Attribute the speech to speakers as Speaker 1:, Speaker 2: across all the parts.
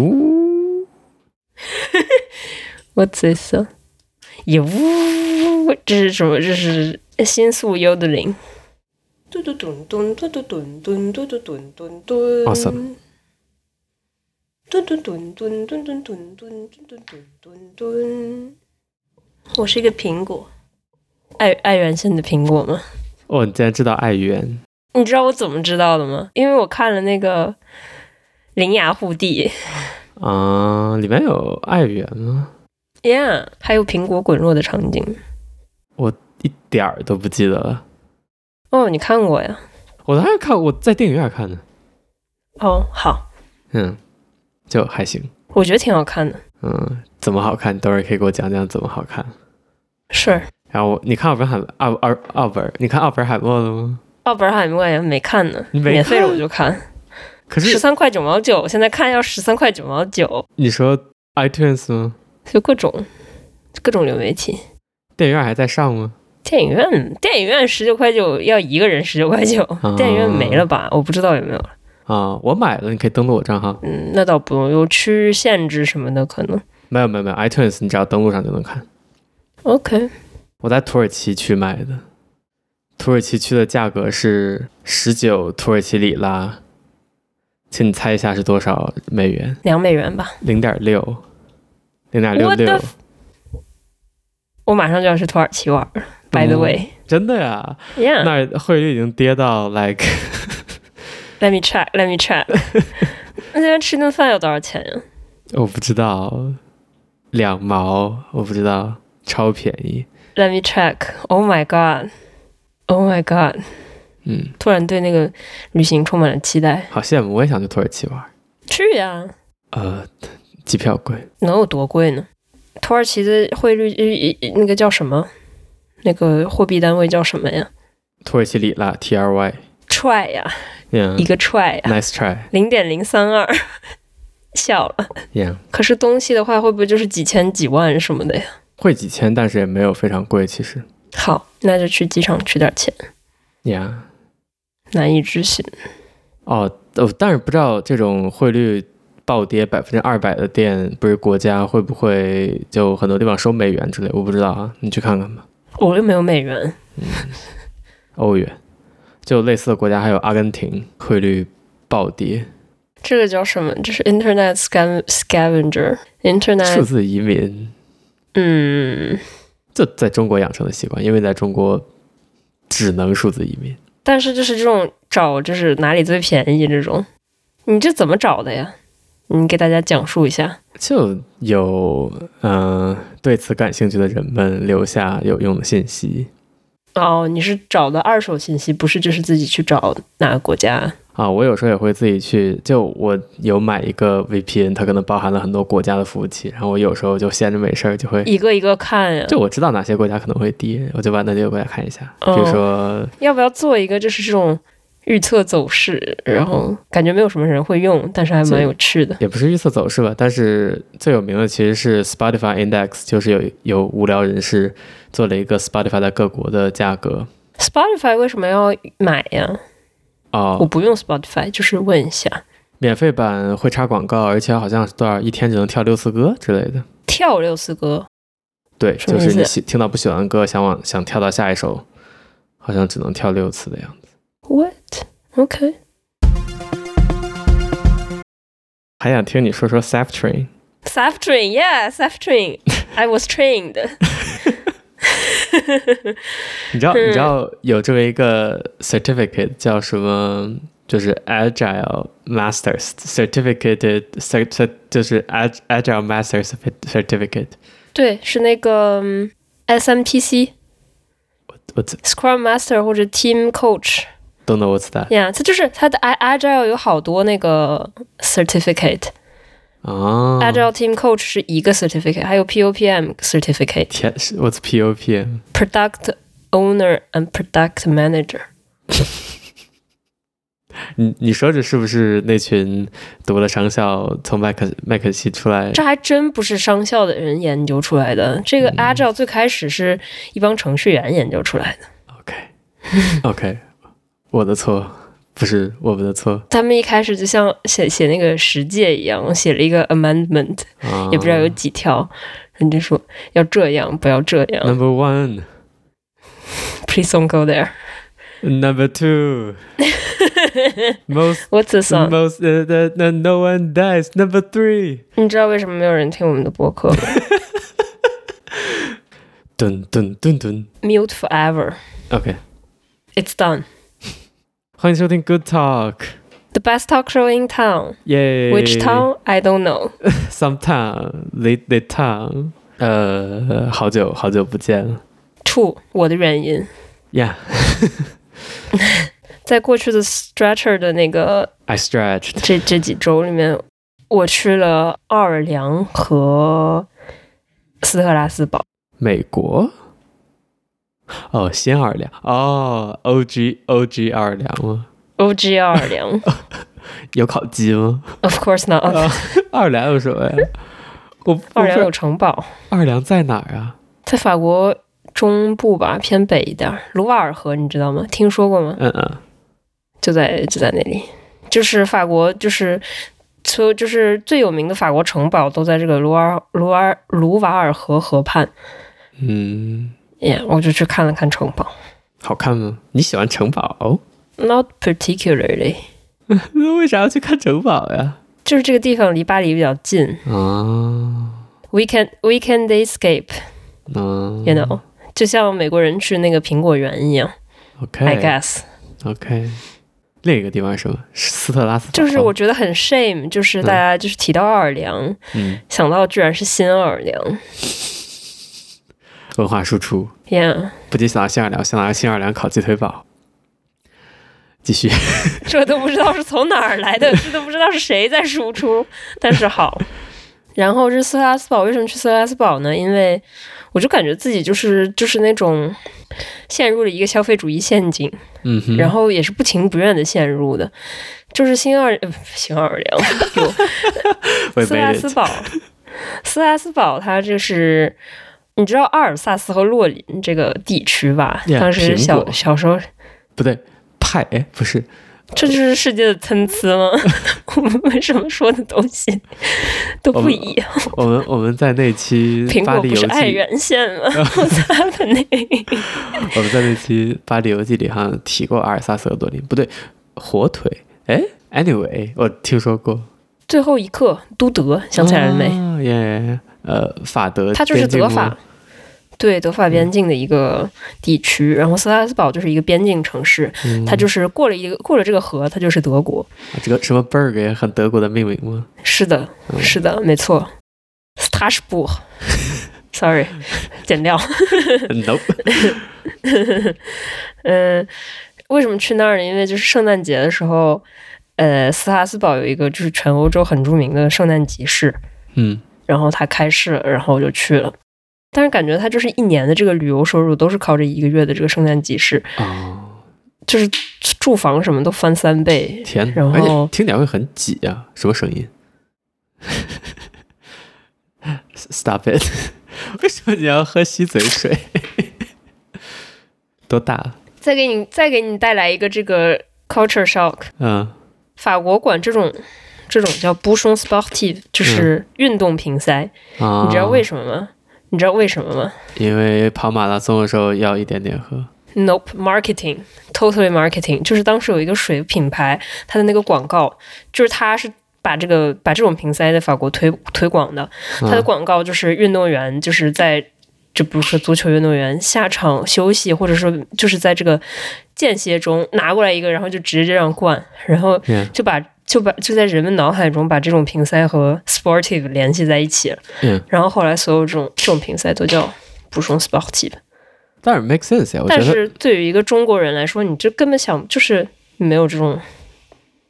Speaker 1: You.
Speaker 2: What's this song? 有，这是什么？这是新宿幽的铃。嘟嘟嘟嘟嘟嘟嘟嘟嘟嘟嘟嘟嘟。
Speaker 1: Awesome.
Speaker 2: 嘟嘟嘟嘟嘟嘟嘟嘟嘟嘟嘟嘟。我是一个苹果，爱爱媛县的苹果吗？
Speaker 1: 哦，你竟然知道爱媛？
Speaker 2: 你知道我怎么知道的吗？因为我看了那个《铃芽护地
Speaker 1: 啊、里面有爱媛吗？》
Speaker 2: ，Yeah，还有苹果滚落的场景。
Speaker 1: 一点儿都不记得了。
Speaker 2: 哦，你看过呀？
Speaker 1: 我当时看我在电影院看的，
Speaker 2: 哦，好，
Speaker 1: 嗯，就还行，
Speaker 2: 我觉得挺好看的。
Speaker 1: 嗯，怎么好看？你等会儿可以给我讲讲怎么好看。
Speaker 2: 是
Speaker 1: 然后我你看奥本海奥奥奥本，你看奥本海默了吗？
Speaker 2: 奥本海默呀，没看呢，
Speaker 1: 你没
Speaker 2: 免费了
Speaker 1: 看
Speaker 2: 我就看，
Speaker 1: 可
Speaker 2: 十
Speaker 1: 是
Speaker 2: 三块九毛九，现在看要十三块九毛九，
Speaker 1: 你说 iTunes 吗？
Speaker 2: 就各种各种流媒体。
Speaker 1: 电影院还在上吗？
Speaker 2: 电影院，电影院十九块九要一个人十九块九，电影院没了吧？我不知道有没有了。
Speaker 1: 啊，我买了，你可以登录我账号。
Speaker 2: 嗯，那倒不用，有区域限制什么的可能。
Speaker 1: 没有没有没有，iTunes 你只要登录上就能看。
Speaker 2: OK，
Speaker 1: 我在土耳其区买的，土耳其区的价格是十九土耳其里拉，请你猜一下是多少美元？
Speaker 2: 两美元吧。
Speaker 1: 零点六，零点六
Speaker 2: What the
Speaker 1: 六
Speaker 2: f-，我马上就要去土耳其玩了。By the
Speaker 1: 嗯
Speaker 2: way，Yeah，Let、
Speaker 1: 真的呀？那
Speaker 2: Yeah，
Speaker 1: 儿汇率已经跌到 like
Speaker 2: let me check，Let me check。那现在吃顿饭要多少钱呀、
Speaker 1: 我不知道，两毛，我不知道，超便宜。
Speaker 2: Let me check. Oh my god. Oh my god.
Speaker 1: 嗯，
Speaker 2: 突然对那个旅行充满了期待。
Speaker 1: 好羡慕，我也想去土耳其玩。
Speaker 2: 去呀、
Speaker 1: 呃，机票贵，
Speaker 2: 能有多贵呢？土耳其的汇率呃呃那个叫什么？那个货币单位叫什么呀
Speaker 1: 土耳其里拉 T R Y，
Speaker 2: ？try 呀、
Speaker 1: yeah,
Speaker 2: 一个 try 呀、
Speaker 1: nice try，
Speaker 2: 零点零三二， 笑了。
Speaker 1: yeah，
Speaker 2: 可是东西的话，会不会就是几千几万什么的呀？
Speaker 1: 会几千，但是也没有非常贵，其实
Speaker 2: 好，那就去机场取点钱，
Speaker 1: ，yeah，
Speaker 2: 难以置信。
Speaker 1: 哦，呃但是不知道这种汇率暴跌百分之二百的店，不是国家会不会就很多地方收美元之类，我不知道啊，你去看看吧，
Speaker 2: 我又没有美元，
Speaker 1: 欧元，就类似的国家还有阿根廷汇率暴跌，
Speaker 2: 这个叫什么？这是 Internet scav scavenger，Internet
Speaker 1: 数字移民。
Speaker 2: 嗯，
Speaker 1: 就在中国养成的习惯，因为在中国只能数字移民。
Speaker 2: 但是就是这种找就是哪里最便宜这种，你这怎么找的呀？你给大家讲述一下。
Speaker 1: 就有嗯、呃对此感兴趣的人们留下有用的信息
Speaker 2: 哦，你是找的二手信息，不是就是自己去找哪个国家？
Speaker 1: 啊。我有时候也会自己去，就我有买一个 VPN，它可能包含了很多国家的服务器，然后我有时候就闲着没事儿就会。
Speaker 2: 一个一个看呀。
Speaker 1: 就我知道哪些国家可能会跌，我就把那几个国家看一下，比
Speaker 2: 哦
Speaker 1: 如说，
Speaker 2: 要不要做一个就是这种预测走势？然后感觉没有什么人会用，但是还蛮有趣的。
Speaker 1: 也不是预测走势吧，但是最有名的其实是 Spotify Index，就是有有无聊人士做了一个 Spotify 在各国的价格
Speaker 2: Spotify 为什么要买呀？
Speaker 1: 哦，
Speaker 2: 我不用 Spotify，就是问一下。
Speaker 1: 免费版会插广告，而且好像是多少一天只能跳六次歌之类的。
Speaker 2: 跳六四歌，
Speaker 1: 对，
Speaker 2: 什么
Speaker 1: 就
Speaker 2: 意
Speaker 1: 是
Speaker 2: 思
Speaker 1: 你喜听到不喜欢的歌，想往想跳到下一首，好像只能跳六次的样子。
Speaker 2: What？OK，、
Speaker 1: 还想听你说说 Saf Train，
Speaker 2: Self train, yeah, self train. I was trained.
Speaker 1: 你知道
Speaker 2: 嗯
Speaker 1: 你知道有这么一个 certificate 叫什么？就是 Agile Masters Certificate cert cert- 就是 Ag- Agile Masters Certificate。
Speaker 2: 对，是那个嗯 SMPC
Speaker 1: 我这
Speaker 2: Scrum Master 或者 Team Coach。
Speaker 1: don't know what's that
Speaker 2: 呀、yeah,，它就是它的 A- Agile 有好多那个 certificate、
Speaker 1: 啊
Speaker 2: Agile Team Coach 是一个 certificate，还有 POPM certificate、
Speaker 1: 天是，what's POPM？
Speaker 2: Product Owner and Product Manager。
Speaker 1: 你你说这是不是那群读了商校从麦肯麦肯锡出来
Speaker 2: 这还真不是商校的人研究出来的，这个 Agile 最开始是一帮程序员研究出来的。
Speaker 1: ？OK OK，我的错，不是我们的错
Speaker 2: 他们一开始就像写写那个十诫一样，写了一个 amendment，
Speaker 1: 啊。
Speaker 2: 也不知道有几条，人家说要这样，不要这样
Speaker 1: number one,
Speaker 2: ，please don't go there。
Speaker 1: number two, most
Speaker 2: What's the song？
Speaker 1: most uh, uh, uh, no one dies. Number three.
Speaker 2: 你知道为什么没有人听我们的播客吗
Speaker 1: Dun dun dun dun.
Speaker 2: ？Mute forever.
Speaker 1: OK，
Speaker 2: It's done.
Speaker 1: 欢迎收听 Good Talk，
Speaker 2: The best talk show in town.
Speaker 1: 耶、
Speaker 2: Which town? I don't know.
Speaker 1: Sometime, late late time. 呃，Uh, 好久好久不见了
Speaker 2: Two，我的原因，
Speaker 1: ，Yeah。
Speaker 2: 在过去的 Stretcher 的那个
Speaker 1: I stretched，
Speaker 2: 这这几周里面，我去了奥尔良和斯特拉斯堡。
Speaker 1: 美国，哦，新奥尔良，哦，O G O G 奥尔良吗？
Speaker 2: O G 奥尔良
Speaker 1: 有烤鸡吗？
Speaker 2: ，Of course not。
Speaker 1: 啊奥尔良有什么呀？我我
Speaker 2: 奥
Speaker 1: 不
Speaker 2: 尔良
Speaker 1: 知道
Speaker 2: 有城堡，
Speaker 1: 奥尔良在哪儿啊？
Speaker 2: 在法国中部吧，偏北一点儿，卢瓦尔河你知道吗？听说过吗？
Speaker 1: 嗯嗯，
Speaker 2: 就在就在那里，就是法国，就是所有就是最有名的法国城堡都在这个卢瓦尔卢瓦尔卢瓦尔河河畔。
Speaker 1: 嗯，
Speaker 2: 耶、我就去看了看城堡
Speaker 1: 好看吗？你喜欢城 堡？
Speaker 2: ，not particularly，
Speaker 1: 那为啥要去看城堡呀？
Speaker 2: 就是这个地方离巴黎比较近
Speaker 1: 啊，
Speaker 2: ，weekend weekend escape，you
Speaker 1: 嗯
Speaker 2: know，、就像美国人去那个苹果园一样、i
Speaker 1: ，OK
Speaker 2: guess。
Speaker 1: OK，另一个地方是什么？是斯特拉斯堡
Speaker 2: 就是我，觉得很 shame，就是大家就是提到奥尔良，
Speaker 1: 嗯，
Speaker 2: 想到居然是新奥尔良
Speaker 1: 文化输出，
Speaker 2: ，Yeah，
Speaker 1: 不仅想到新奥尔良，想到新奥尔良烤鸡腿堡。继续，
Speaker 2: 这都不知道是从哪儿来的，这都不知道是谁在输出，但是好。 然后是斯特拉斯堡，为什么去斯特拉斯堡呢？因为我就感觉自己就是就是那种陷入了一个消费主义陷阱，
Speaker 1: 嗯 哼，
Speaker 2: 然后也是不情不愿的陷入的，就是新奥尔呃不新奥 尔良，
Speaker 1: We
Speaker 2: 斯拉
Speaker 1: made
Speaker 2: 斯
Speaker 1: it
Speaker 2: 堡，斯拉斯堡它就是你知道阿尔萨斯和洛林这个地区吧
Speaker 1: Yeah，
Speaker 2: 当时
Speaker 1: 苹
Speaker 2: 小
Speaker 1: 果
Speaker 2: 小时候，
Speaker 1: 不对，派哎不是，
Speaker 2: 这就是世界的参差吗？ 我们为什么说的东西都不一样？
Speaker 1: 我 们我们在那期
Speaker 2: 苹
Speaker 1: 巴
Speaker 2: 果
Speaker 1: 黎
Speaker 2: 不
Speaker 1: 游
Speaker 2: 是爱
Speaker 1: 记，
Speaker 2: 媛县吗？我擦的那
Speaker 1: 我们在那期巴黎游记里好像提过阿尔萨斯和多林，不对，火腿哎，anyway 我听说过，
Speaker 2: 最后一刻，都德想起来了没？
Speaker 1: 啊耶、呃，法德
Speaker 2: 它就是
Speaker 1: 边境
Speaker 2: 德
Speaker 1: 吗嗯
Speaker 2: 法，对德法边境的一个地区，然后斯拉斯堡就是一个边境城市，它就是过了一个过了这个河，它就是德国。
Speaker 1: 嗯啊这个什么 Berg 也很德国的命名 吗？
Speaker 2: 是的，是的，没错。s t r a s b u r g s o r r y 剪掉。
Speaker 1: nope，
Speaker 2: 嗯，为什么去那儿呢？因为就是圣诞节的时候，呃，斯拉斯堡有一个就是全欧洲很著名的圣诞集市，
Speaker 1: 嗯，
Speaker 2: 然后它开市了，然后我就去了。但是感觉它就是一年的这个旅游收入都是靠这一个月的这个圣诞集市，
Speaker 1: 哦，
Speaker 2: 就是住房什么都翻三倍。
Speaker 1: 天哪，
Speaker 2: 然
Speaker 1: 而
Speaker 2: 后
Speaker 1: 且听起来会很挤啊，什么声音 ？Stop it！为 什么你要喝吸嘴水？ 多大了？
Speaker 2: 再给你再给你带来一个这个 culture shock，
Speaker 1: 嗯
Speaker 2: 法国管这种这种叫 b o u c h o n sportive，就是运动瓶塞。
Speaker 1: 啊，
Speaker 2: 你知道为什么吗？你知道为什么吗
Speaker 1: 因为跑马拉松的时候要一点点喝。
Speaker 2: ？Nope, marketing, totally marketing。就是当时有一个水品牌，它的那个广告，就是它是把这个把这种瓶塞在法国推推广的。它的
Speaker 1: 嗯
Speaker 2: 广告就是运动员就是在，就比如说足球运动员下场休息，或者说就是在这个间歇中拿过来一个，然后就直接这样灌，然后
Speaker 1: Yeah,
Speaker 2: 就把就把就在人们脑海中把这种瓶塞和 sportive 联系在一起了。
Speaker 1: yeah.
Speaker 2: 然后后来所有这种这种瓶塞都叫补充 sportive。
Speaker 1: 但是 make sense 呀，我觉
Speaker 2: 但
Speaker 1: 得，
Speaker 2: 是对于一个中国人来说，你这根本想就是没有这种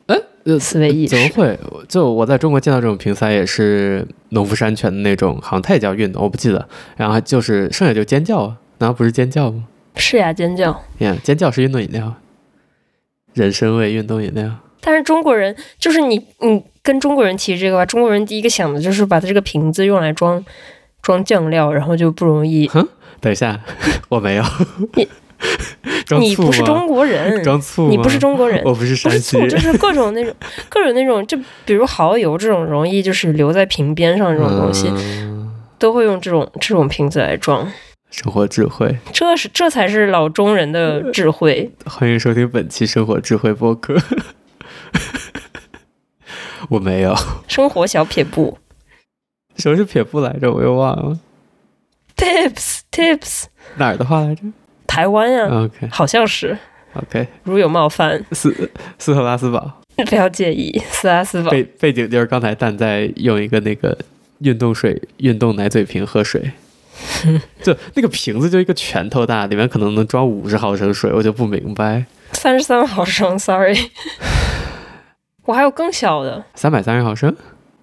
Speaker 1: 哎，呃
Speaker 2: 思维意
Speaker 1: 怎么
Speaker 2: 识。
Speaker 1: 会？就我在中国见到这种瓶塞，也是农夫山泉的那种，好像它也叫运动，我不记得。然后就是剩下就尖叫啊，难道不是尖叫吗？
Speaker 2: 是呀，尖叫。
Speaker 1: 呀、尖叫是运动饮料，人参味运动饮料。
Speaker 2: 但是中国人就是你你跟中国人提这个吧，中国人第一个想的就是把它这个瓶子用来装装酱料，然后就不容易。
Speaker 1: 等一下，我没有。 装
Speaker 2: 你
Speaker 1: 醋
Speaker 2: 不是
Speaker 1: 吗
Speaker 2: 中国人，
Speaker 1: 装醋吗？
Speaker 2: 你不是中国 人，
Speaker 1: 我不是
Speaker 2: 不
Speaker 1: 山
Speaker 2: 是
Speaker 1: 西
Speaker 2: 醋，就
Speaker 1: 人。
Speaker 2: 是各种那种 各种那种，就比如蚝油这种容易就是留在瓶边上这种东西，
Speaker 1: 嗯，
Speaker 2: 都会用这种这种瓶子来装。
Speaker 1: 生活智慧，
Speaker 2: 这是这才是老中人的智慧。
Speaker 1: 欢迎收听本期生活智慧播客。 我没有，
Speaker 2: 生活小撇步
Speaker 1: 什么是撇步来着？我又忘了
Speaker 2: ，tips tips，
Speaker 1: 哪儿的话来着。
Speaker 2: 台 湾 呀、
Speaker 1: OK
Speaker 2: 好像是，
Speaker 1: OK，
Speaker 2: 如有冒犯，
Speaker 1: 斯斯特拉斯堡
Speaker 2: 不要介意。斯拉斯堡，
Speaker 1: 背背景就是刚才蛋在用一个那个运动水、运动奶嘴瓶喝水，就那个瓶子就一个拳头大，里面可能能装五十毫升水，我就不明白。
Speaker 2: 三十三毫升，sorry。我还有更小的，
Speaker 1: 三百三十毫升，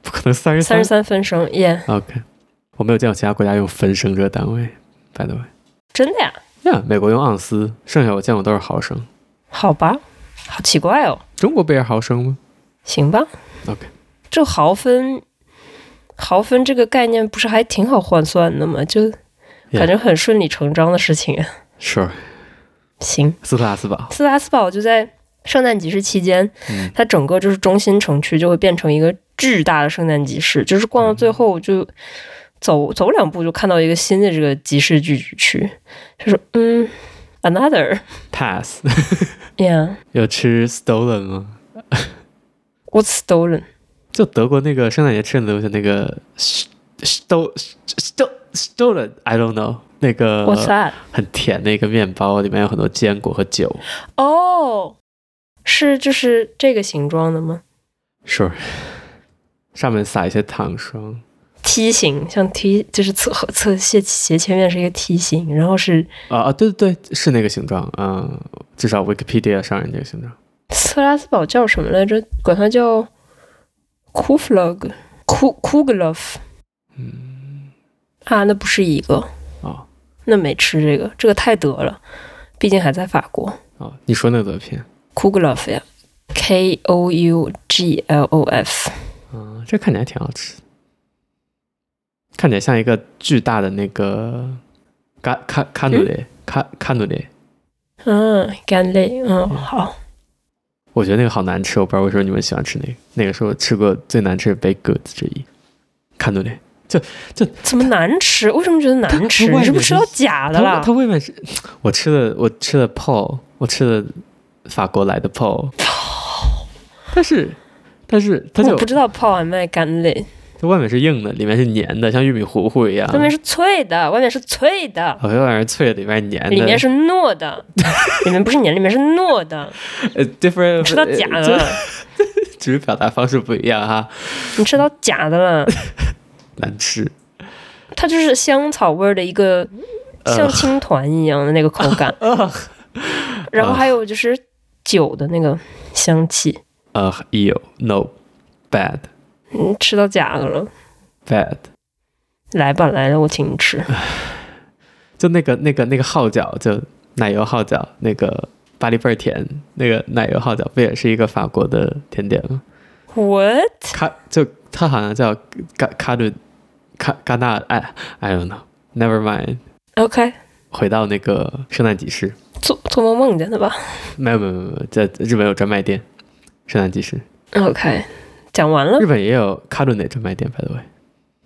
Speaker 1: 不可能三十
Speaker 2: 三
Speaker 1: 三
Speaker 2: 十。三分升，耶、
Speaker 1: OK，我没有见过其他国家用分升这个单位。By the way，
Speaker 2: 真的呀？
Speaker 1: 呀、美国用盎司，剩下我见过都是毫升。
Speaker 2: 好吧，好奇怪哦。
Speaker 1: 中国不也是毫升吗？
Speaker 2: 行吧
Speaker 1: OK
Speaker 2: 这毫分，毫分这个概念不是还挺好换算的吗？就
Speaker 1: Yeah
Speaker 2: 感觉很顺理成章的事情。啊
Speaker 1: 是
Speaker 2: 行，
Speaker 1: 斯特拉斯堡。
Speaker 2: 斯拉斯堡就在圣诞集市期间，
Speaker 1: 嗯
Speaker 2: 它整个就是中心城区就会变成一个巨大的圣诞集市，就是逛到最后我就走、走两步就看到一个新的这个集市聚居区，就是嗯，another
Speaker 1: ，Pass。
Speaker 2: yeah。
Speaker 1: 有吃 Stolen 吗？
Speaker 2: What's stolen？
Speaker 1: 就德国那个圣诞节吃的流行那个 s- Sto Sto Stolen，I don't know，那
Speaker 2: What's
Speaker 1: 个
Speaker 2: that？
Speaker 1: 很甜的一个面包，里面有很多坚果和酒。
Speaker 2: 哦、是就是这个形状的吗？
Speaker 1: 是，上面撒一些糖霜。
Speaker 2: 梯形，像梯就是侧侧斜斜前面是一个梯形，然后是
Speaker 1: 啊啊，对对对，是那个形状，嗯，至少 Wikipedia 上人这个形状。
Speaker 2: 斯拉斯堡叫什么来着？管它叫 Kuflag Ku Kuglov
Speaker 1: 嗯，
Speaker 2: 啊，那不是一个，
Speaker 1: 哦
Speaker 2: 那没吃这个，这个太德了，毕竟还在法国。
Speaker 1: 哦，你说那个片，
Speaker 2: Kuglov 呀，K O U G L O F，
Speaker 1: 嗯，这看起来挺好吃的，看起来像一个巨大的那个卡卡卡努雷卡卡努雷，
Speaker 2: 嗯，干类，嗯，好，
Speaker 1: 我觉得那个好难吃，我不知道为什么你们喜欢吃那个，那个是我吃过最难吃的 baked goods 之一，卡努雷。
Speaker 2: 怎么难吃？为什么觉得
Speaker 1: 它它
Speaker 2: 难吃？
Speaker 1: 外
Speaker 2: 你是不
Speaker 1: 面
Speaker 2: 是吃到
Speaker 1: 是
Speaker 2: 假的
Speaker 1: 它
Speaker 2: 啦
Speaker 1: 它？未免是，我吃了我吃了 Paul，我吃了法国来的 Paul，但是但是它
Speaker 2: 我
Speaker 1: 就
Speaker 2: 不知道泡还卖干类，
Speaker 1: 它外面是硬的，里面是黏的，像玉米糊糊一样。
Speaker 2: 外面是脆的，外面是脆的。
Speaker 1: 好像外面是脆的，里面是黏的。
Speaker 2: 里面是糯的，里面不是黏，里面是糯的，
Speaker 1: 呃 different，
Speaker 2: 你吃到假的
Speaker 1: 呃
Speaker 2: 了，
Speaker 1: 这只是表达方式不一样哈，
Speaker 2: 你吃到假的 了。
Speaker 1: 难吃。
Speaker 2: 它就是香草味儿的一个
Speaker 1: 呃
Speaker 2: 像青团一样的那个口 感，然后还有就是酒的那个香气，
Speaker 1: 呃，ew no bad
Speaker 2: 你嗯吃到假的了。
Speaker 1: bad，
Speaker 2: 来吧，来了，我请你吃。
Speaker 1: 就那个那个那个号角，就奶油号角，那个巴黎倍儿甜，那个奶油号角不也是一个法国的甜点吗？
Speaker 2: What？
Speaker 1: 卡就它好像叫卡卡顿卡卡纳哎，I don't know，never mind。
Speaker 2: OK，
Speaker 1: 回到那个圣诞集市，
Speaker 2: 做做梦梦见的吧
Speaker 1: 没有没有没有没有，在日本有专卖店，圣诞集市，
Speaker 2: ？OK，讲完了
Speaker 1: 日。本也有卡顿的专卖店，by the way，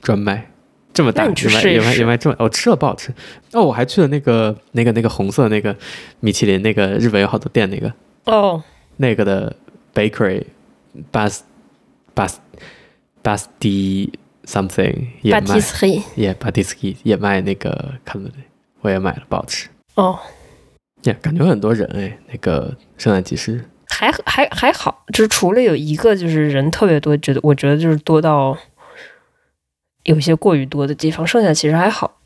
Speaker 1: 专卖这么大，
Speaker 2: 那你去
Speaker 1: 有卖
Speaker 2: 试一
Speaker 1: 有卖
Speaker 2: 试
Speaker 1: 有卖这么，我、吃了不好吃。哦，我还去了那个那个那个红色那个米其林那个日本有好多店那个
Speaker 2: 哦，
Speaker 1: 那个的 bakery bus bus bus d something 也
Speaker 2: 巴
Speaker 1: 卖
Speaker 2: 蒂斯黑。
Speaker 1: 也 b a t i s k i 也卖那个卡顿的，我也买了，不好吃。
Speaker 2: 哦，
Speaker 1: 呀、感觉很多人哎，那个圣诞集市。
Speaker 2: 还还还好，就是除了有一个就是人特别多，觉得我觉得就是多到有些过于多的地方，剩下其实还好。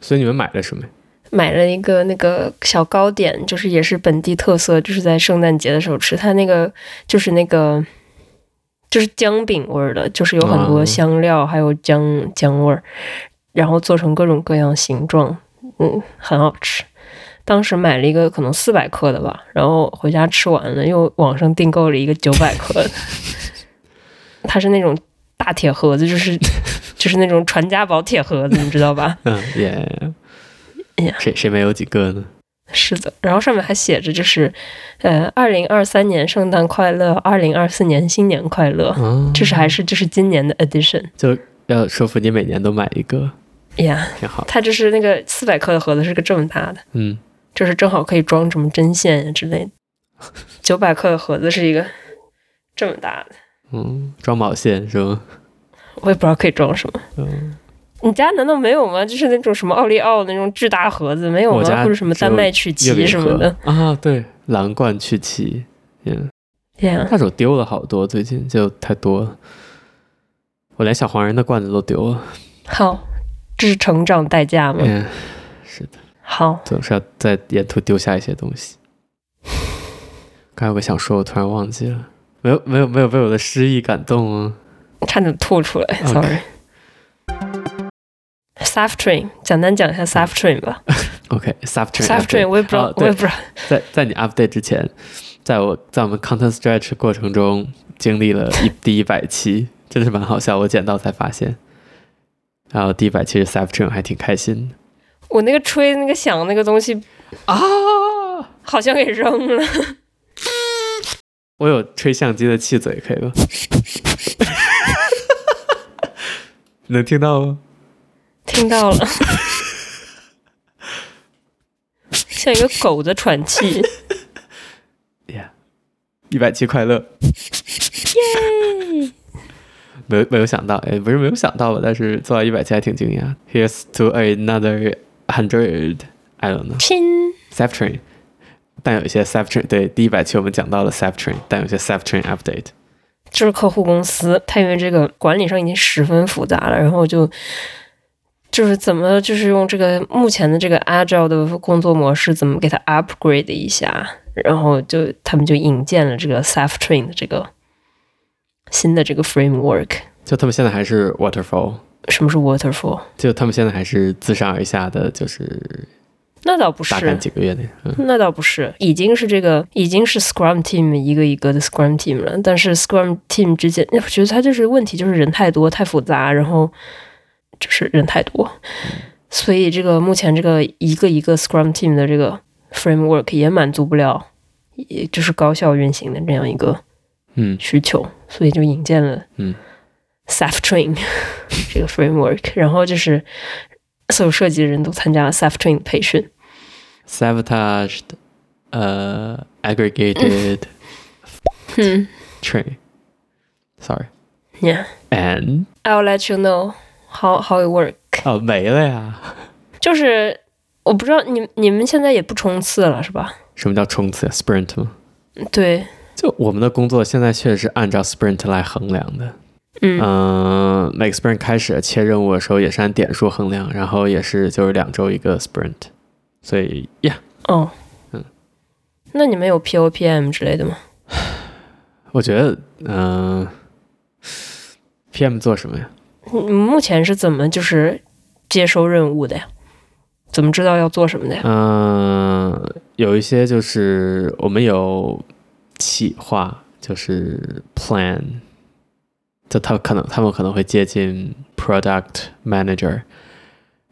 Speaker 1: 所以你们买了什么？
Speaker 2: 买了一个那个小糕点，就是也是本地特色，就是在圣诞节的时候吃。它那个就是那个就是姜饼味儿的，就是有很多
Speaker 1: 哦
Speaker 2: 香料，还有姜姜味儿，然后做成各种各样形状，嗯，很好吃。当时买了一个可能四百克的吧，然后回家吃完了，又网上订购了一个九百克的，它是那种大铁盒子，就是 就是那种传家宝铁盒子，你知道吧？
Speaker 1: 嗯，也、
Speaker 2: 哎呀
Speaker 1: 谁谁没有几个呢？
Speaker 2: 是的，然后上面还写着就是，呃，二零二三年圣诞快乐，二零二四年新年快乐，
Speaker 1: 哦，
Speaker 2: 嗯这是还是这是今年的 edition
Speaker 1: 就要说服你每年都买一个，
Speaker 2: 呀、
Speaker 1: 挺好。
Speaker 2: 它这是那个四百克的盒子，是个这么大的，
Speaker 1: 嗯，
Speaker 2: 就是正好可以装什么针线呀之类的。九百克的盒子是一个这么大的，
Speaker 1: 嗯，装毛线是吗？
Speaker 2: 我也不知道可以装什么。
Speaker 1: 嗯，
Speaker 2: 你家难道没有吗？就是那种什么奥利奥那种巨大盒子没有
Speaker 1: 我
Speaker 2: 吗？
Speaker 1: 家
Speaker 2: 或者什么
Speaker 1: 只有
Speaker 2: 丹麦曲
Speaker 1: 月
Speaker 2: 奇
Speaker 1: 饼
Speaker 2: 什么
Speaker 1: 盒
Speaker 2: 的？
Speaker 1: 啊，对，蓝罐曲奇，嗯，
Speaker 2: 呀、
Speaker 1: 那种丢了好多，最近就太多了，我连小黄人的罐子都丢了。
Speaker 2: 好，这是成长代价吗？
Speaker 1: 嗯，是的，
Speaker 2: 好，
Speaker 1: 总是要在沿途丢下一些东西。刚有个想说，我突然忘记了，没有没有没有被我的诗意感动啊。
Speaker 2: 差点吐出来
Speaker 1: OK
Speaker 2: ，sorry。Soft Train，简单讲一下 Soft Train 吧。
Speaker 1: OK，soft、train
Speaker 2: Soft Train 我也不知道
Speaker 1: 哦，嗯
Speaker 2: 我
Speaker 1: 对
Speaker 2: 也不知道。
Speaker 1: 在在你 update 之前，在我在我们 content stretch 过程中经历了一第一百期， 真的是蛮好笑，我捡到才发现。然后第一百期是 Sav Train，还挺开心的
Speaker 2: 我那个吹那个响那个东西
Speaker 1: 啊！
Speaker 2: 好像给扔了，
Speaker 1: 我有吹相机的气嘴，可以吗？能听到吗？
Speaker 2: 听到了， 像一个狗的 喘气。
Speaker 1: 一百期快乐！
Speaker 2: 耶！
Speaker 1: 没有没有想到，哎，不是没有想到吧？但是做到一百期还挺惊讶。Here's to another hundred. I don't know.
Speaker 2: 亲，
Speaker 1: Sav Train，但有一些 Sav Train 对第一百期我们讲到了 Sav Train，但有些 Sav Train update。
Speaker 2: 就是客户公司，它因为这个管理上已经十分复杂了，然后就就是怎么就是用这个目前的这个 Agile 的工作模式，怎么给它 upgrade 一下，然后就他们就引荐了这个 Self Train 的这个新的这个 framework，
Speaker 1: 就他们现在还是 waterfall，
Speaker 2: 什么是 Waterfall？
Speaker 1: 就他们现在还是自上而下的，就是
Speaker 2: 那倒不
Speaker 1: 大概
Speaker 2: 是，
Speaker 1: 几个月内，嗯，
Speaker 2: 那倒不是，已经是这个已经是 Scrum Team 一个一个的 Scrum Team 了。但是 Scrum Team 之间，我觉得它就是问题，就是人太多太复杂，然后就是人太多，所以这个目前这个一个一个 Scrum Team 的这个 framework 也满足不了，也就是高效运行的这样一个
Speaker 1: 嗯，
Speaker 2: 需求，所以就引荐了
Speaker 1: 嗯
Speaker 2: Self Train 这个 framework，然后就是所有设计的人都参加了 Self Train 培训。
Speaker 1: sabotaged，呃，aggregated
Speaker 2: 嗯
Speaker 1: train，sorry，and
Speaker 2: ，Yeah。I'll let you know how how it work。
Speaker 1: 哦没了呀，
Speaker 2: 就是我不知道你你们现在也不冲刺了是吧？
Speaker 1: 什么叫冲刺呀？sprint 吗？
Speaker 2: 对，
Speaker 1: 就我们的工作现在确实是按照 sprint 来衡量的，
Speaker 2: 嗯，
Speaker 1: 嗯，每个 sprint 开始切任务的时候也是按点数衡量，然后也是就是两周一个 sprint，所以呀
Speaker 2: 哦，
Speaker 1: 嗯，
Speaker 2: 那你们有 POPM 之类的吗？
Speaker 1: 我觉得嗯、p m 做什么呀？
Speaker 2: 你你目前是怎么就是接收任务的呀？怎么知道要做什么的呀？
Speaker 1: 嗯、有一些就是我们有企划，就是 plan，就他可能他们可能会接近 product manager，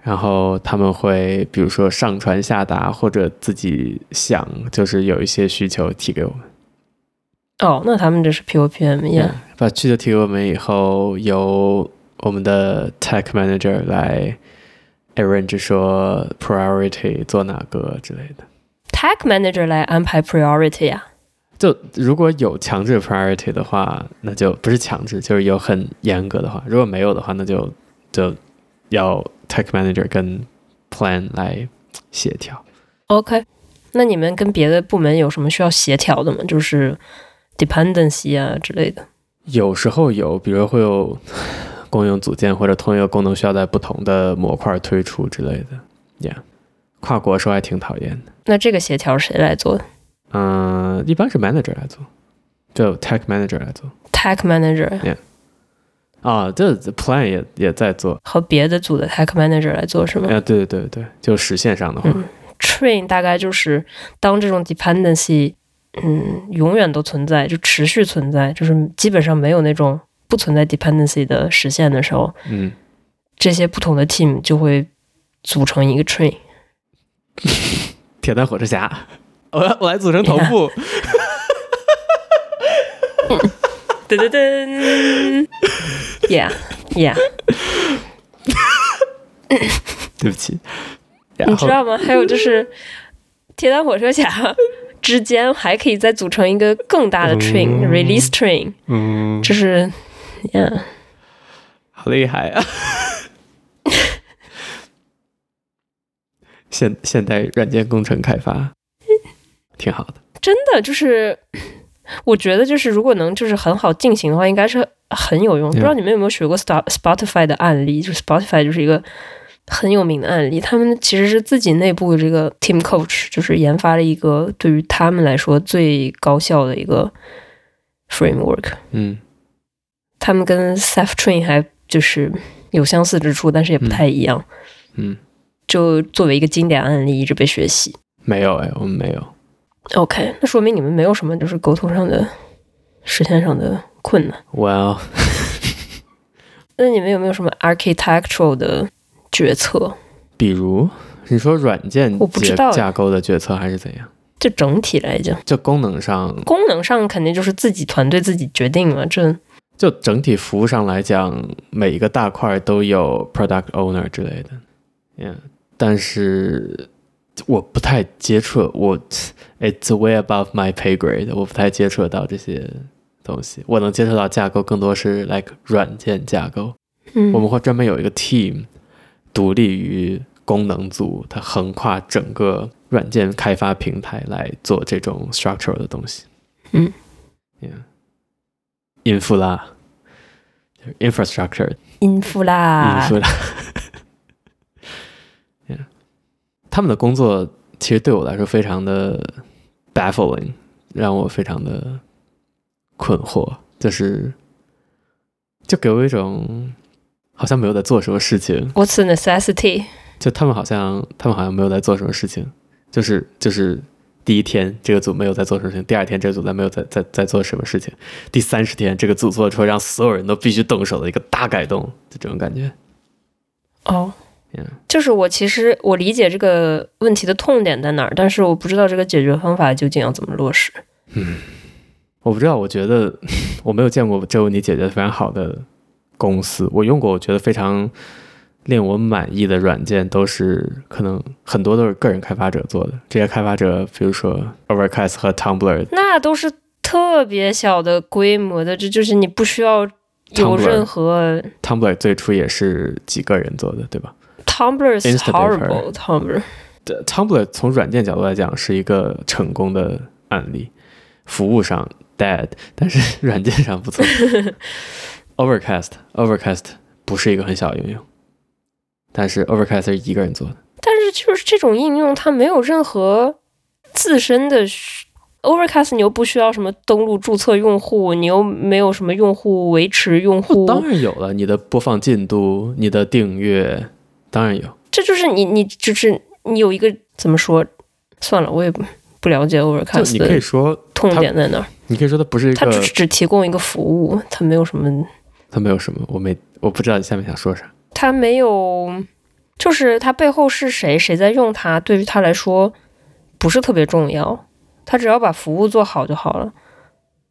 Speaker 1: 然后他们会比如说上传下达或者自己想，就是有一些需求提给我们。
Speaker 2: 哦，那他们这是 POPM 呀、
Speaker 1: 嗯把需求提给我们以后，由我们的 tech manager 来 arrange 说 priority 做哪个之类的。
Speaker 2: Tag Manager 来安排 priority 呀、
Speaker 1: 就如果有强制 priority 的话，那就不是强制，就是有很严格的话。如果没有的话，那就就要 tech manager 跟 plan 来协调。
Speaker 2: OK，那你们跟别的部门有什么需要协调的吗？就是 dependency 啊之类的。
Speaker 1: 有时候有，比如会有共用组件或者同一个功能需要在不同的模块推出之类的。Yeah，跨国时候还挺讨厌的。
Speaker 2: 那这个协调谁来做的？
Speaker 1: 嗯、一般是 manager 来做，就 tech manager 来做
Speaker 2: Tech Manager
Speaker 1: 啊，这 plan 也也在做。
Speaker 2: 和别的组的 Tech Manager 来做是吗、
Speaker 1: 哎、对对对对，就实现上的话，
Speaker 2: 嗯 t r a i n 大概就是当这种 dependency 嗯永远都存在，就持续存在，就是基本上没有那种不存在 dependency 的实现的时候，
Speaker 1: 嗯
Speaker 2: 这些不同的 team 就会组成一个 train。
Speaker 1: 铁胆火车侠，我要我来组成头 部，
Speaker 2: 噔噔噔，Yeah Yeah，
Speaker 1: 对不起。然
Speaker 2: 你知
Speaker 1: 后
Speaker 2: 道吗？还有就是铁胆火车侠 之间还可以再组成一个更大的 train，release train，
Speaker 1: 嗯，
Speaker 2: 就是，Yeah，
Speaker 1: 好厉害啊！ 现现代软件工程开发挺好的，
Speaker 2: 真的就是。我觉得就是，如果能就是很好进行的话，应该是很有用。
Speaker 1: Yeah
Speaker 2: 不知道你们有没有学过 Spo- Spotify 的案例？就是 Spotify 就是一个很有名的案例，他们其实是自己内部的这个 Team Coach，就是研发了一个对于他们来说最高效的一个 framework。
Speaker 1: 嗯
Speaker 2: 他们跟 Self Train 还就是有相似之处，但是也不太一样。
Speaker 1: 嗯，
Speaker 2: 就作为一个经典案例，一直被学习。
Speaker 1: 没有哎，我们没有，
Speaker 2: OK，那说明你们没有什么就是沟通上的、实现上的困难。
Speaker 1: 我要
Speaker 2: 那你们有没有什么 architectural 的决策？
Speaker 1: 比如你说软件
Speaker 2: 我不知
Speaker 1: 结
Speaker 2: 道哎
Speaker 1: 架构的决策还是怎样？
Speaker 2: 就整体来讲，
Speaker 1: 就功能上，
Speaker 2: 功能上肯定就是自己团队自己决定嘛。这
Speaker 1: 就整体服务上来讲，每一个大块都有 product owner 之类的，嗯，但是我不太接触，我 it's way above my pay grade，我不太接触得到这些东西。我能接触到架构更多是 like 软件架构，
Speaker 2: 嗯
Speaker 1: 我们会专门有一个 team，独立于功能组，它横跨整个软件开发平台来做这种 structural 的东西。
Speaker 2: 嗯
Speaker 1: ，yeah，infra。infrastructure
Speaker 2: 音符啦，
Speaker 1: infra，yeah. 他们的工作其实对我来说非常的 baffling，让我非常的困惑，就是就给我一种好像没有在做什么事情，
Speaker 2: What's the necessity？
Speaker 1: 就他们好像他们好像没有在做什么事情，就是就是第一天这个组没有在做什么事情，第二天这个组在没有在在在做什么事情，第三十天这个组做出让所有人都必须动手的一个大改动，就这种感觉。
Speaker 2: 哦
Speaker 1: Yeah
Speaker 2: 就是我其实我理解这个问题的痛点在哪儿，但是我不知道这个解决方法究竟要怎么落实。
Speaker 1: 我不知道，我觉得我没有见过这个问题解决得非常好的公司。我用过，我觉得非常令我满意的软件，都是可能很多都是个人开发者做的。这些开发者，比如说 Overcast 和 Tumblr，
Speaker 2: 那都是特别小的规模的，这就是你不需要有
Speaker 1: Tumblr
Speaker 2: 任何
Speaker 1: Tumblr 最初也是几个人做的，对吧
Speaker 2: Tumblr is
Speaker 1: Instant
Speaker 2: horrible Tumblr。
Speaker 1: 这？Tumblr 从软件角度来讲是一个成功的案例，服务上 dead，但是软件上不错。Overcast Overcast 不是一个很小的应用，但是 Overcast 是一个人做的。
Speaker 2: 但是就是这种应用，它没有任何自身的需 Overcast，你又不需要什么登录注册用户，你又没有什么用户维持用户，
Speaker 1: 当然有了，你的播放进度、你的订阅，当然有。
Speaker 2: 这就是你你就是你有一个怎么说？算了，我也不不了解
Speaker 1: 就
Speaker 2: Overcast
Speaker 1: 你可以
Speaker 2: 的
Speaker 1: 说，
Speaker 2: 痛点在哪儿，
Speaker 1: 你可以说它不是一
Speaker 2: 它
Speaker 1: 个
Speaker 2: 只，只提供一个服务，它没有什么。
Speaker 1: 它没有什么，我没，我不知道你下面想说啥。
Speaker 2: 它没有，就是它背后是谁，谁在用它，对于他来说不是特别重要。他只要把服务做好就好了。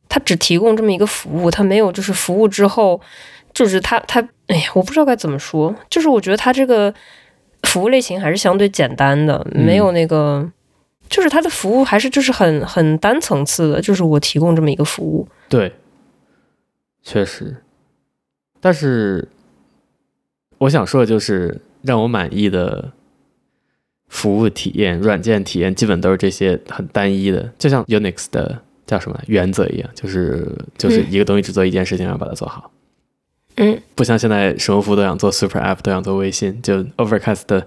Speaker 2: 他只提供这么一个服务，他没有就是服务之后，就是他他，哎呀，我不知道该怎么说。就是我觉得他这个服务类型还是相对简单的，
Speaker 1: 嗯
Speaker 2: 没有那个，就是他的服务还是就是很很单层次的，就是我提供这么一个服务。
Speaker 1: 对，确实，但是我想说的就是，让我满意的服务体验、软件体验，基本都是这些很单一的，就像 Unix 的叫什么原则一样，就是就是
Speaker 2: 嗯
Speaker 1: 一个东西只做一件事情，然后把它做好。
Speaker 2: 嗯，
Speaker 1: 不像现在什么服务都想做 Super App，都想做微信，就 Overcast 的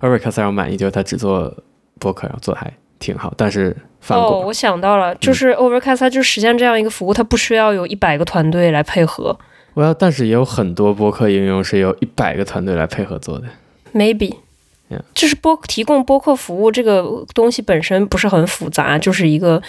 Speaker 1: Overcast 让我满意，就是它只做播客，然后做的还挺好。但是反嗯
Speaker 2: 哦，
Speaker 1: 过、
Speaker 2: 我想到了，就是 Overcast 它就实现这样一个服务，它不需要有一百个团队来配合
Speaker 1: 我要，但是也有很多播客应用是由一百个团队来配合做的。
Speaker 2: ，maybe。
Speaker 1: Yeah
Speaker 2: 就是播提供播客服务这个东西本身不是很复杂，就是一个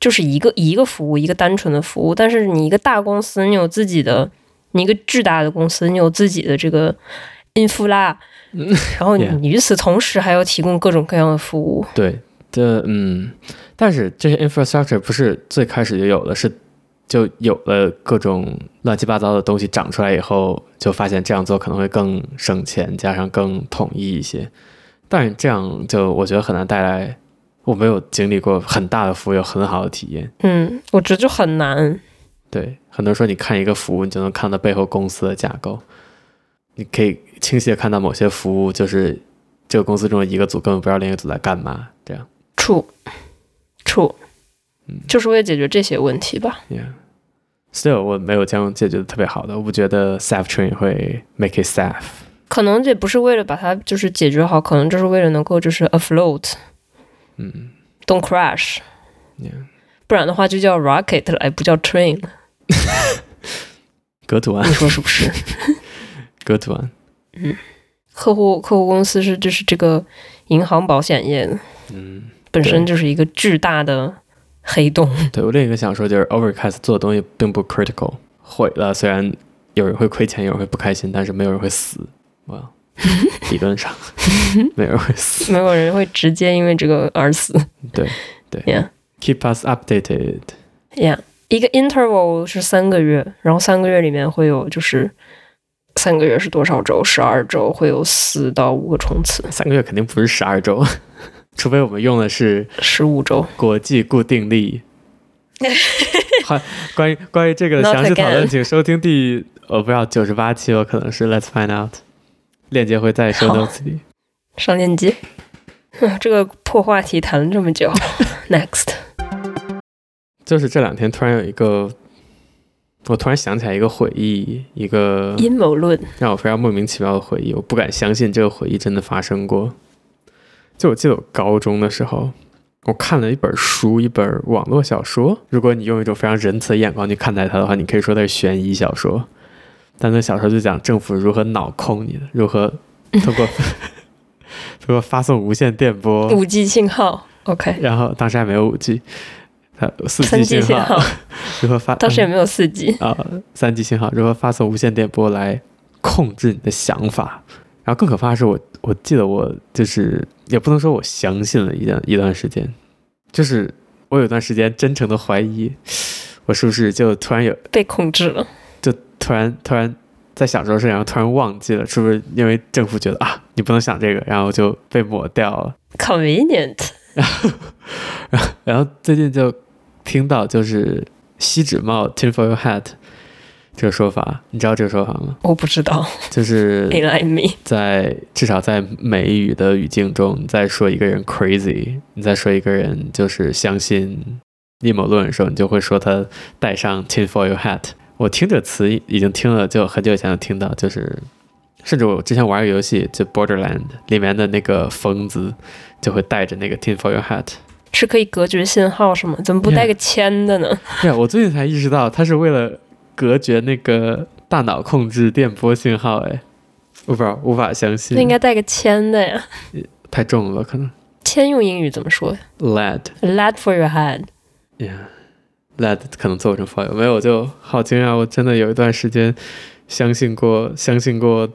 Speaker 2: 就是一个一个服务，一个单纯的服务。但是你一个大公司，你有自己的，你一个巨大的公司，你有自己的这个 infra，然后你
Speaker 1: Yeah
Speaker 2: 你与此同时还要提供各种各样的服务。
Speaker 1: 对，的嗯，但是这些 infrastructure 不是最开始就有的，是就有了各种乱七八糟的东西长出来以后，就发现这样做可能会更省钱，加上更统一一些。但是这样就我觉得很难带来，我没有经历过很大的服务有很好的体验。
Speaker 2: 嗯，我觉得就很难。
Speaker 1: 对，很多人说你看一个服务，你就能看到背后公司的架构，你可以清晰的看到某些服务就是这个公司中的一个组根本不知道另一个组在干嘛，这样。
Speaker 2: 处处
Speaker 1: 嗯，
Speaker 2: 就是为了解决这些问题吧。
Speaker 1: Yeah. Still，我没有将解决的特别好的，我不觉得 staff train 会 make it staff。
Speaker 2: 可能也不是为了把它就是解决好，可能就是为了能够就是 afloat，
Speaker 1: 嗯
Speaker 2: ，don't crash，
Speaker 1: ，Yeah，
Speaker 2: 不然的话就叫 rocket 了，哎，不叫 train 了，
Speaker 1: 格图安
Speaker 2: 你，说是不是？
Speaker 1: 格图安，
Speaker 2: 客户客户公司是就是这个银行保险业的，
Speaker 1: 嗯，
Speaker 2: 本身
Speaker 1: 对
Speaker 2: 就是一个巨大的黑洞。
Speaker 1: 对我另一个想说就是 Overcast 做的东西并不 critical，毁了虽然有人会亏钱，有人会不开心，但是没有人会死。哇、理论上 没有人会死。
Speaker 2: 没有人会直接因为这个而死。
Speaker 1: 对对
Speaker 2: Yeah.
Speaker 1: Keep us updated。
Speaker 2: Yeah，一个 interval 是三个月，然后三个月里面会有就是三个月是多少周？十二周会有四到五个冲刺，
Speaker 1: 三个月肯定不是十二周， 除非我们用的是
Speaker 2: 十五周。
Speaker 1: 国际固定力。好，关于关于这个的
Speaker 2: Not
Speaker 1: 详细讨论，
Speaker 2: again
Speaker 1: 请收听第我不知道九十八期，哦有可能是 Let's Find Out，链接会在 show
Speaker 2: 好
Speaker 1: notes 里。
Speaker 2: 上链接。 啊这个破话题谈了这么久 ，Next，
Speaker 1: 就是这两天突然有一个，我突然想起来一个回忆，一个
Speaker 2: 阴谋论。
Speaker 1: 让我非常莫名其妙的回忆，我不敢相信这个回忆真的发生过。就我记得我高中的时候，我看了一本书，一本网络小说。如果你用一种非常仁慈的眼光去看待它的话，你可以说它是悬疑小说。但那小说就讲政府如何脑控你的，如何通过通过发送无线电波，
Speaker 2: 五 G 信号，OK，
Speaker 1: 然后当时还没有五 G，它 四
Speaker 2: 三
Speaker 1: G 信
Speaker 2: 信
Speaker 1: 号， 如何发？
Speaker 2: 当时也没有四 G，
Speaker 1: 啊、三级信号如何发送无线电波来控制你的想法。然后更可怕的是我，我记得我就是也不能说我相信了一段一段时间，就是我有段时间真诚的怀疑，我是不是就突然有
Speaker 2: 被控制了。
Speaker 1: 就突然突然在想这种事情，然后突然忘记了，是不是因为政府觉得啊你不能想这个，然后就被抹掉了。
Speaker 2: Convenient，
Speaker 1: 然后最近就听到就是锡纸帽 （tinfoil hat） 这个说法，你知道这个说法吗？
Speaker 2: 我不知道
Speaker 1: 就是
Speaker 2: ，Enlighten me。
Speaker 1: 在至少在美语的语境中，你在说一个人 crazy，你在说一个人就是相信阴谋论的时候，你就会说他戴上 tinfoil hat。我听这词已经听了，就很久以前就听到，就是甚至我之前玩个游戏，就 Borderland 里面的那个疯子就会戴着那个 tinfoil hat。
Speaker 2: 是可以隔绝信号是吗？怎么不
Speaker 1: Yeah
Speaker 2: 带个铅的呢？
Speaker 1: 对啊，我最近才意识到，它是为了隔绝那个大脑控制电波信号。哎，我不知道，无法相信，
Speaker 2: 那应该带个铅的呀。
Speaker 1: 太重了，可能
Speaker 2: 铅用英语怎么说
Speaker 1: lead。
Speaker 2: ？Lead for your head。
Speaker 1: Yeah, that 可能做成朋友没有，我就好惊讶。我真的有一段时间相信过，相信过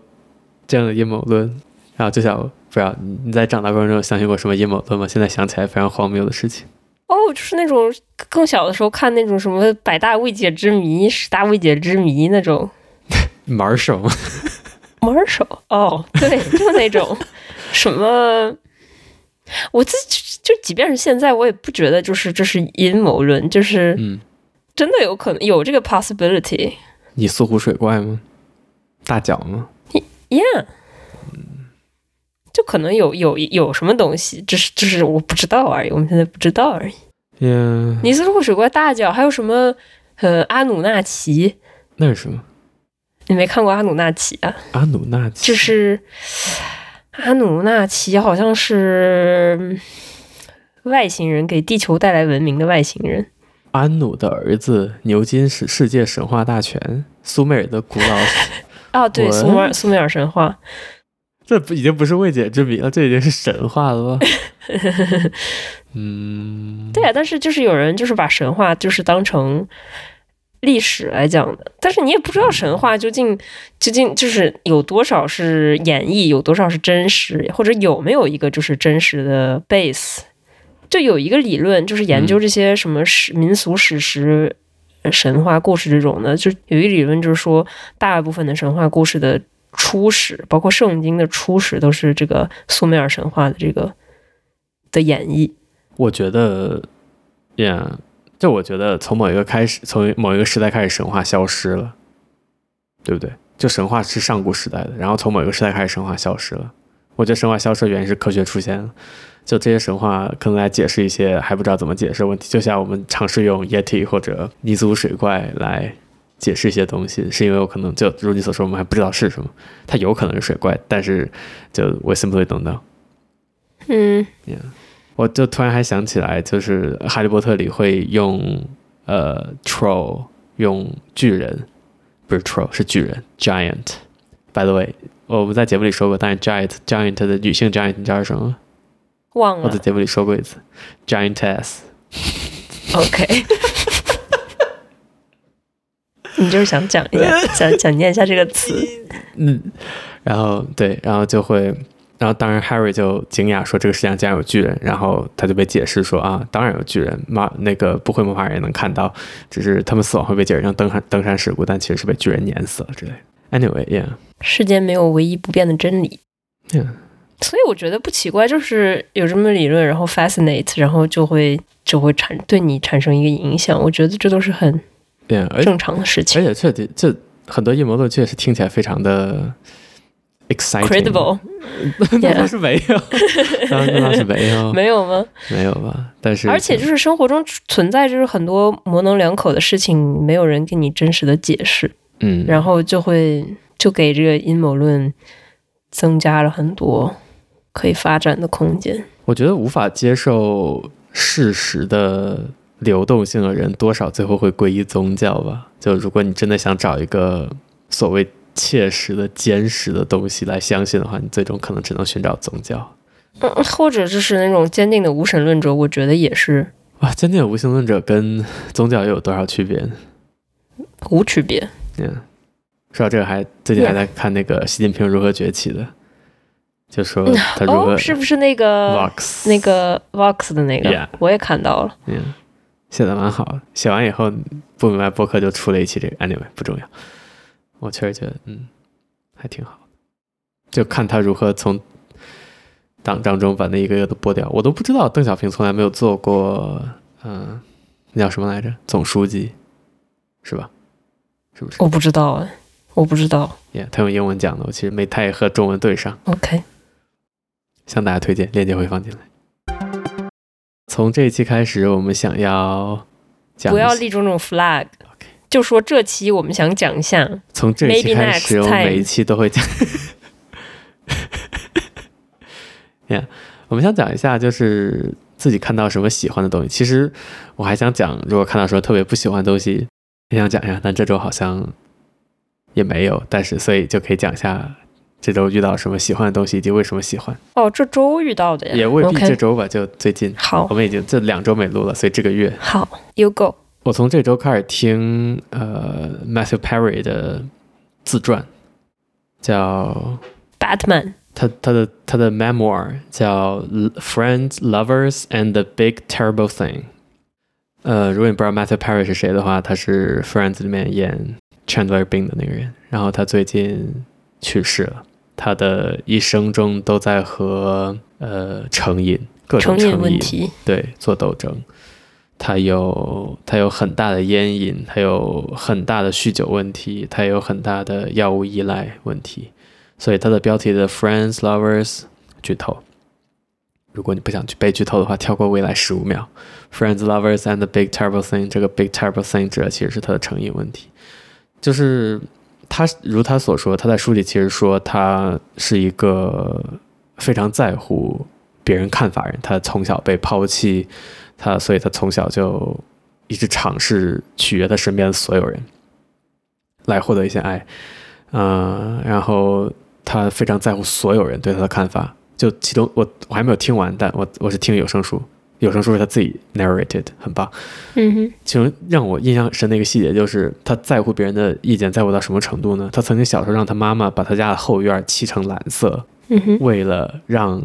Speaker 1: 这样的阴谋论，然后就想，不知道你你在长大过程中有相信过什么阴谋论吗？现在想起来非常荒谬的事情。
Speaker 2: 哦，就是那种更小的时候看那种什么百大未解之谜、十大未解之谜那种
Speaker 1: 玩手吗？
Speaker 2: 门儿手。哦， 对，就那种什么，我自己就即便是现在，我也不觉得就是这是阴谋论，就是
Speaker 1: 嗯，
Speaker 2: 真的有可能有这个 possibility。
Speaker 1: 你搜狐水怪吗？大啊脚吗？
Speaker 2: Yeah，就可能有有有什么东西，只是只是我不知道而已，我们现在不知道而已。
Speaker 1: 嗯，
Speaker 2: 尼斯湖水怪大脚，还有什么呃阿努纳奇？
Speaker 1: 那是什么？
Speaker 2: 你没看过阿努纳奇啊？
Speaker 1: 阿努纳奇？
Speaker 2: 就是阿努纳奇好像是外星人给地球带来文明的外星人。
Speaker 1: 安努的儿子牛津是世界神话大全，苏美尔的古老 史，
Speaker 2: 啊，对，
Speaker 1: What？
Speaker 2: 苏美尔苏美尔神话，
Speaker 1: 这不已经不是未解之谜了，这已经是神话了吧？嗯，
Speaker 2: 对啊，但是就是有人就是把神话就是当成历史来讲的，但是你也不知道神话究竟究竟就是有多少是演绎，有多少是真实，或者有没有一个就是真实的 base 就有一个理论，就是研究这些什么史、民俗史实、呃神话故事这种的，就有一个理论就是说，大部分的神话故事的初始，包括圣经的初始，都是这个苏美尔神话的这个的演绎。
Speaker 1: 我觉得，yeah，就我觉得从某一个开始，从某一个时代开始，神话消失了，对不对？就神话是上古时代的，然后从某一个时代开始，神话消失了。我觉得神话消失的原因是科学出现了，就这些神话可能来解释一些还不知道怎么解释的问题。就像我们尝试用液体或者泥足水怪来解释一些东西，是因为我可能就如你所说，我们还不知道是什么，它有可能是水怪，但是就 we simply don't know。
Speaker 2: 嗯
Speaker 1: 我就突然还想起来，就是《哈利波特》里会用呃 troll 用巨人，不是 troll 是巨人 giant。By the way，我们在节目里说过，但是 giant giant 的女性 giant 你知道是什么吗？
Speaker 2: 忘
Speaker 1: 我
Speaker 2: 了
Speaker 1: 在。节目里说过一次，giantess。
Speaker 2: OK，你就是想讲一下，想想念一下这个词。
Speaker 1: 嗯，然后对，然后就会，然后当然 Harry 就惊讶说这个世界上竟然有巨人，然后他就被解释说啊，当然有巨人，魔那个不会魔法人也能看到，只是他们死亡会被解释成登山登山事故，但其实是被巨人碾死了之类的。Anyway，yeah，
Speaker 2: 世间没有唯一不变的真理。
Speaker 1: Yeah
Speaker 2: 所以我觉得不奇怪，就是有这么理论，然后 fascinate，然后就会就会产对你产生一个影响。我觉得这都是很
Speaker 1: yeah，而且
Speaker 2: 正常的事
Speaker 1: 而
Speaker 2: 情。
Speaker 1: 且确实这很多阴谋论确实听起来非常的 exciting。
Speaker 2: Credible
Speaker 1: 那倒是没有，那那倒是没有，
Speaker 2: 没有吗？
Speaker 1: 没有吧？但嗯是
Speaker 2: 而且就是生活中存在就是很多模棱两可的事情，没有人给你真实的解释，
Speaker 1: 嗯，
Speaker 2: 然后就会就给这个阴谋论增加了很多可以发展的空间。
Speaker 1: 我觉得无法接受事实的流动性的人，多少最后会皈依宗教吧。就如果你真的想找一个所谓切实的、坚实的东西来相信的话，你最终可能只能寻找宗教。
Speaker 2: 嗯，或者就是那种坚定的无神论者，我觉得也是
Speaker 1: 哇，坚定的无性论者跟宗教又有多少区别呢？
Speaker 2: 无区别。
Speaker 1: 嗯，说到这个还，最近还在看那个《习近平如何崛起》的，就说他如何
Speaker 2: 哦，是不是那个
Speaker 1: Vox
Speaker 2: 那个 Vox 的那个
Speaker 1: Yeah
Speaker 2: 我也看到了。
Speaker 1: 嗯，写的蛮好的。写完以后不明白播客就出了一期这个，anyway 不重要。我确实觉得，嗯，还挺好就看他如何从党章中把那一个个都剥掉。我都不知道邓小平从来没有做过，嗯、那叫什么来着？总书记是吧？是不是？
Speaker 2: 我不知道哎，我不知道。
Speaker 1: yeah,，他用英文讲的，我其实没太和中文对上。
Speaker 2: OK，
Speaker 1: 向大家推荐，链接会放进来。从这一期开始，我们想要讲
Speaker 2: 不要
Speaker 1: 一些
Speaker 2: 立住那种 flag，
Speaker 1: OK
Speaker 2: 就说这期我们想讲一下。
Speaker 1: 从这一期
Speaker 2: Maybe
Speaker 1: 开始，
Speaker 2: next
Speaker 1: 我们
Speaker 2: time
Speaker 1: 每一期都会讲。yeah，我们想讲一下，就是自己看到什么喜欢的东西。其实我还想讲，如果看到什么特别不喜欢的东西，也想讲一下，但这周好像也没有。但是，所以就可以讲一下这周遇到什么喜欢的东西，以及为什么喜欢，
Speaker 2: 哦，这周遇到的呀，
Speaker 1: 也未必
Speaker 2: OK
Speaker 1: 这周吧就最近。
Speaker 2: 好
Speaker 1: 我们已经这两周没录了，所以这个月
Speaker 2: 好，You go。
Speaker 1: 我从这周开始听呃 Matthew Perry 的自传，叫
Speaker 2: Batman，
Speaker 1: 他他的他的 memoir 叫《Friends, Lovers and the Big Terrible Thing》。呃，如果你不知道 Matthew Perry 是谁的话，他是 Friends 里面演 Chandler Bing 的那个人，然后他最近去世了。他的一生中都在和呃成瘾、各种
Speaker 2: 成
Speaker 1: 成
Speaker 2: 瘾
Speaker 1: 瘾
Speaker 2: 问题。
Speaker 1: 对，做斗争。他有他有很大的烟瘾，他有很大的酗酒问题，他有很大的药物依赖问题。所以他的标题的 Friends Lovers 剧透。如果你不想去被剧透的话，跳过未来十五秒。Friends Lovers and the Big Terrible Thing 这个 Big Terrible Thing 指的其实是他的成瘾问题，就是他如他所说，他在书里其实说他是一个非常在乎别人看法人，他从小被抛弃，他所以他从小就一直尝试取悦他身边的所有人，来获得一些爱。嗯、然后他非常在乎所有人对他的看法。就其中我我还没有听完，但我我是听有声书，有声书是他自己 narrated，很棒。
Speaker 2: 嗯哼，
Speaker 1: 其中让我印象深的一个细节就是，他在乎别人的意见在乎到什么程度呢？他
Speaker 2: 嗯
Speaker 1: 曾经小时候让他妈妈把他家的后院漆成蓝色，
Speaker 2: 嗯哼，
Speaker 1: 为了让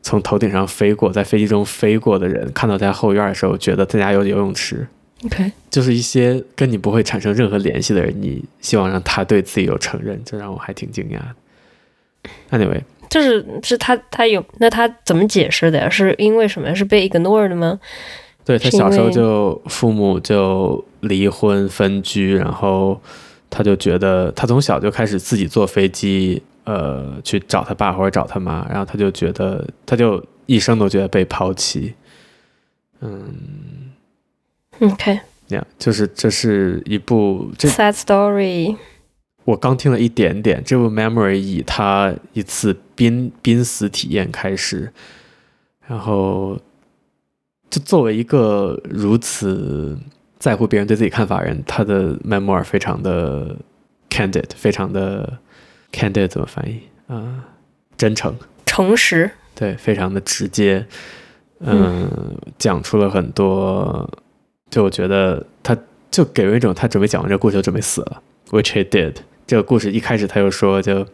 Speaker 1: 从头顶上飞过，在飞机中飞过的人，看到在后院的时候，觉得他家有游泳池，
Speaker 2: OK，
Speaker 1: 就是一些跟你不会产生任何联系的人，你希望让他对自己有承认，这让我还挺惊讶的。Anyway，
Speaker 2: 就是是他他有那他怎么解释的呀？是因为什么呀？是被 ignore 的吗？
Speaker 1: 对他
Speaker 2: 是因
Speaker 1: 小时候
Speaker 2: 为
Speaker 1: 就父母就离婚分居，然后他就觉得他从小就开始自己坐飞机，呃，去找他爸或者找他妈，然后他就觉得他就一生都觉得被抛弃，嗯，
Speaker 2: OK，sad、
Speaker 1: 呀、就是这是一部这
Speaker 2: story。
Speaker 1: 我刚听了一点点，这部《Memory》以他一次濒濒死体验开始，然后就作为一个如此在乎别人对自己看法的人，他的《Memoir》非常的 candid，非常的 candid 怎么翻译啊、真诚，
Speaker 2: 诚实，
Speaker 1: 对，非常的直接，嗯，讲出了很多，就我觉得他就给人一种他准备讲完这个故事就准备死了，which he did。这个故事一开始他就说就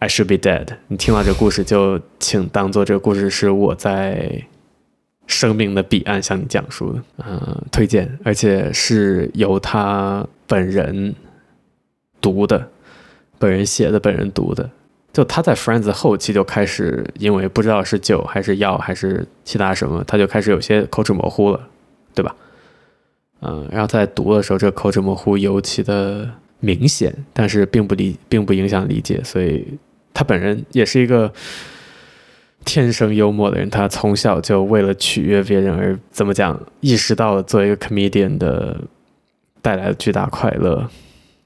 Speaker 1: I should be dead。你听到这个故事就请当做这个故事是我在生命的彼岸向你讲述的，嗯、推荐，而且是由他本人读的，本人写的，本人读的，就他在 Friends 后期就开始，因为不知道是酒还是药还是其他什么，他就开始有些口齿模糊了，对吧？嗯，然后在读的时候，这个口齿模糊尤其的明显，但是并不理，并不影响理解，所以他本人也是一个天生幽默的人，他从小就为了取悦别人而怎么讲，意识到了作为一个 comedian 的带来的巨大快乐，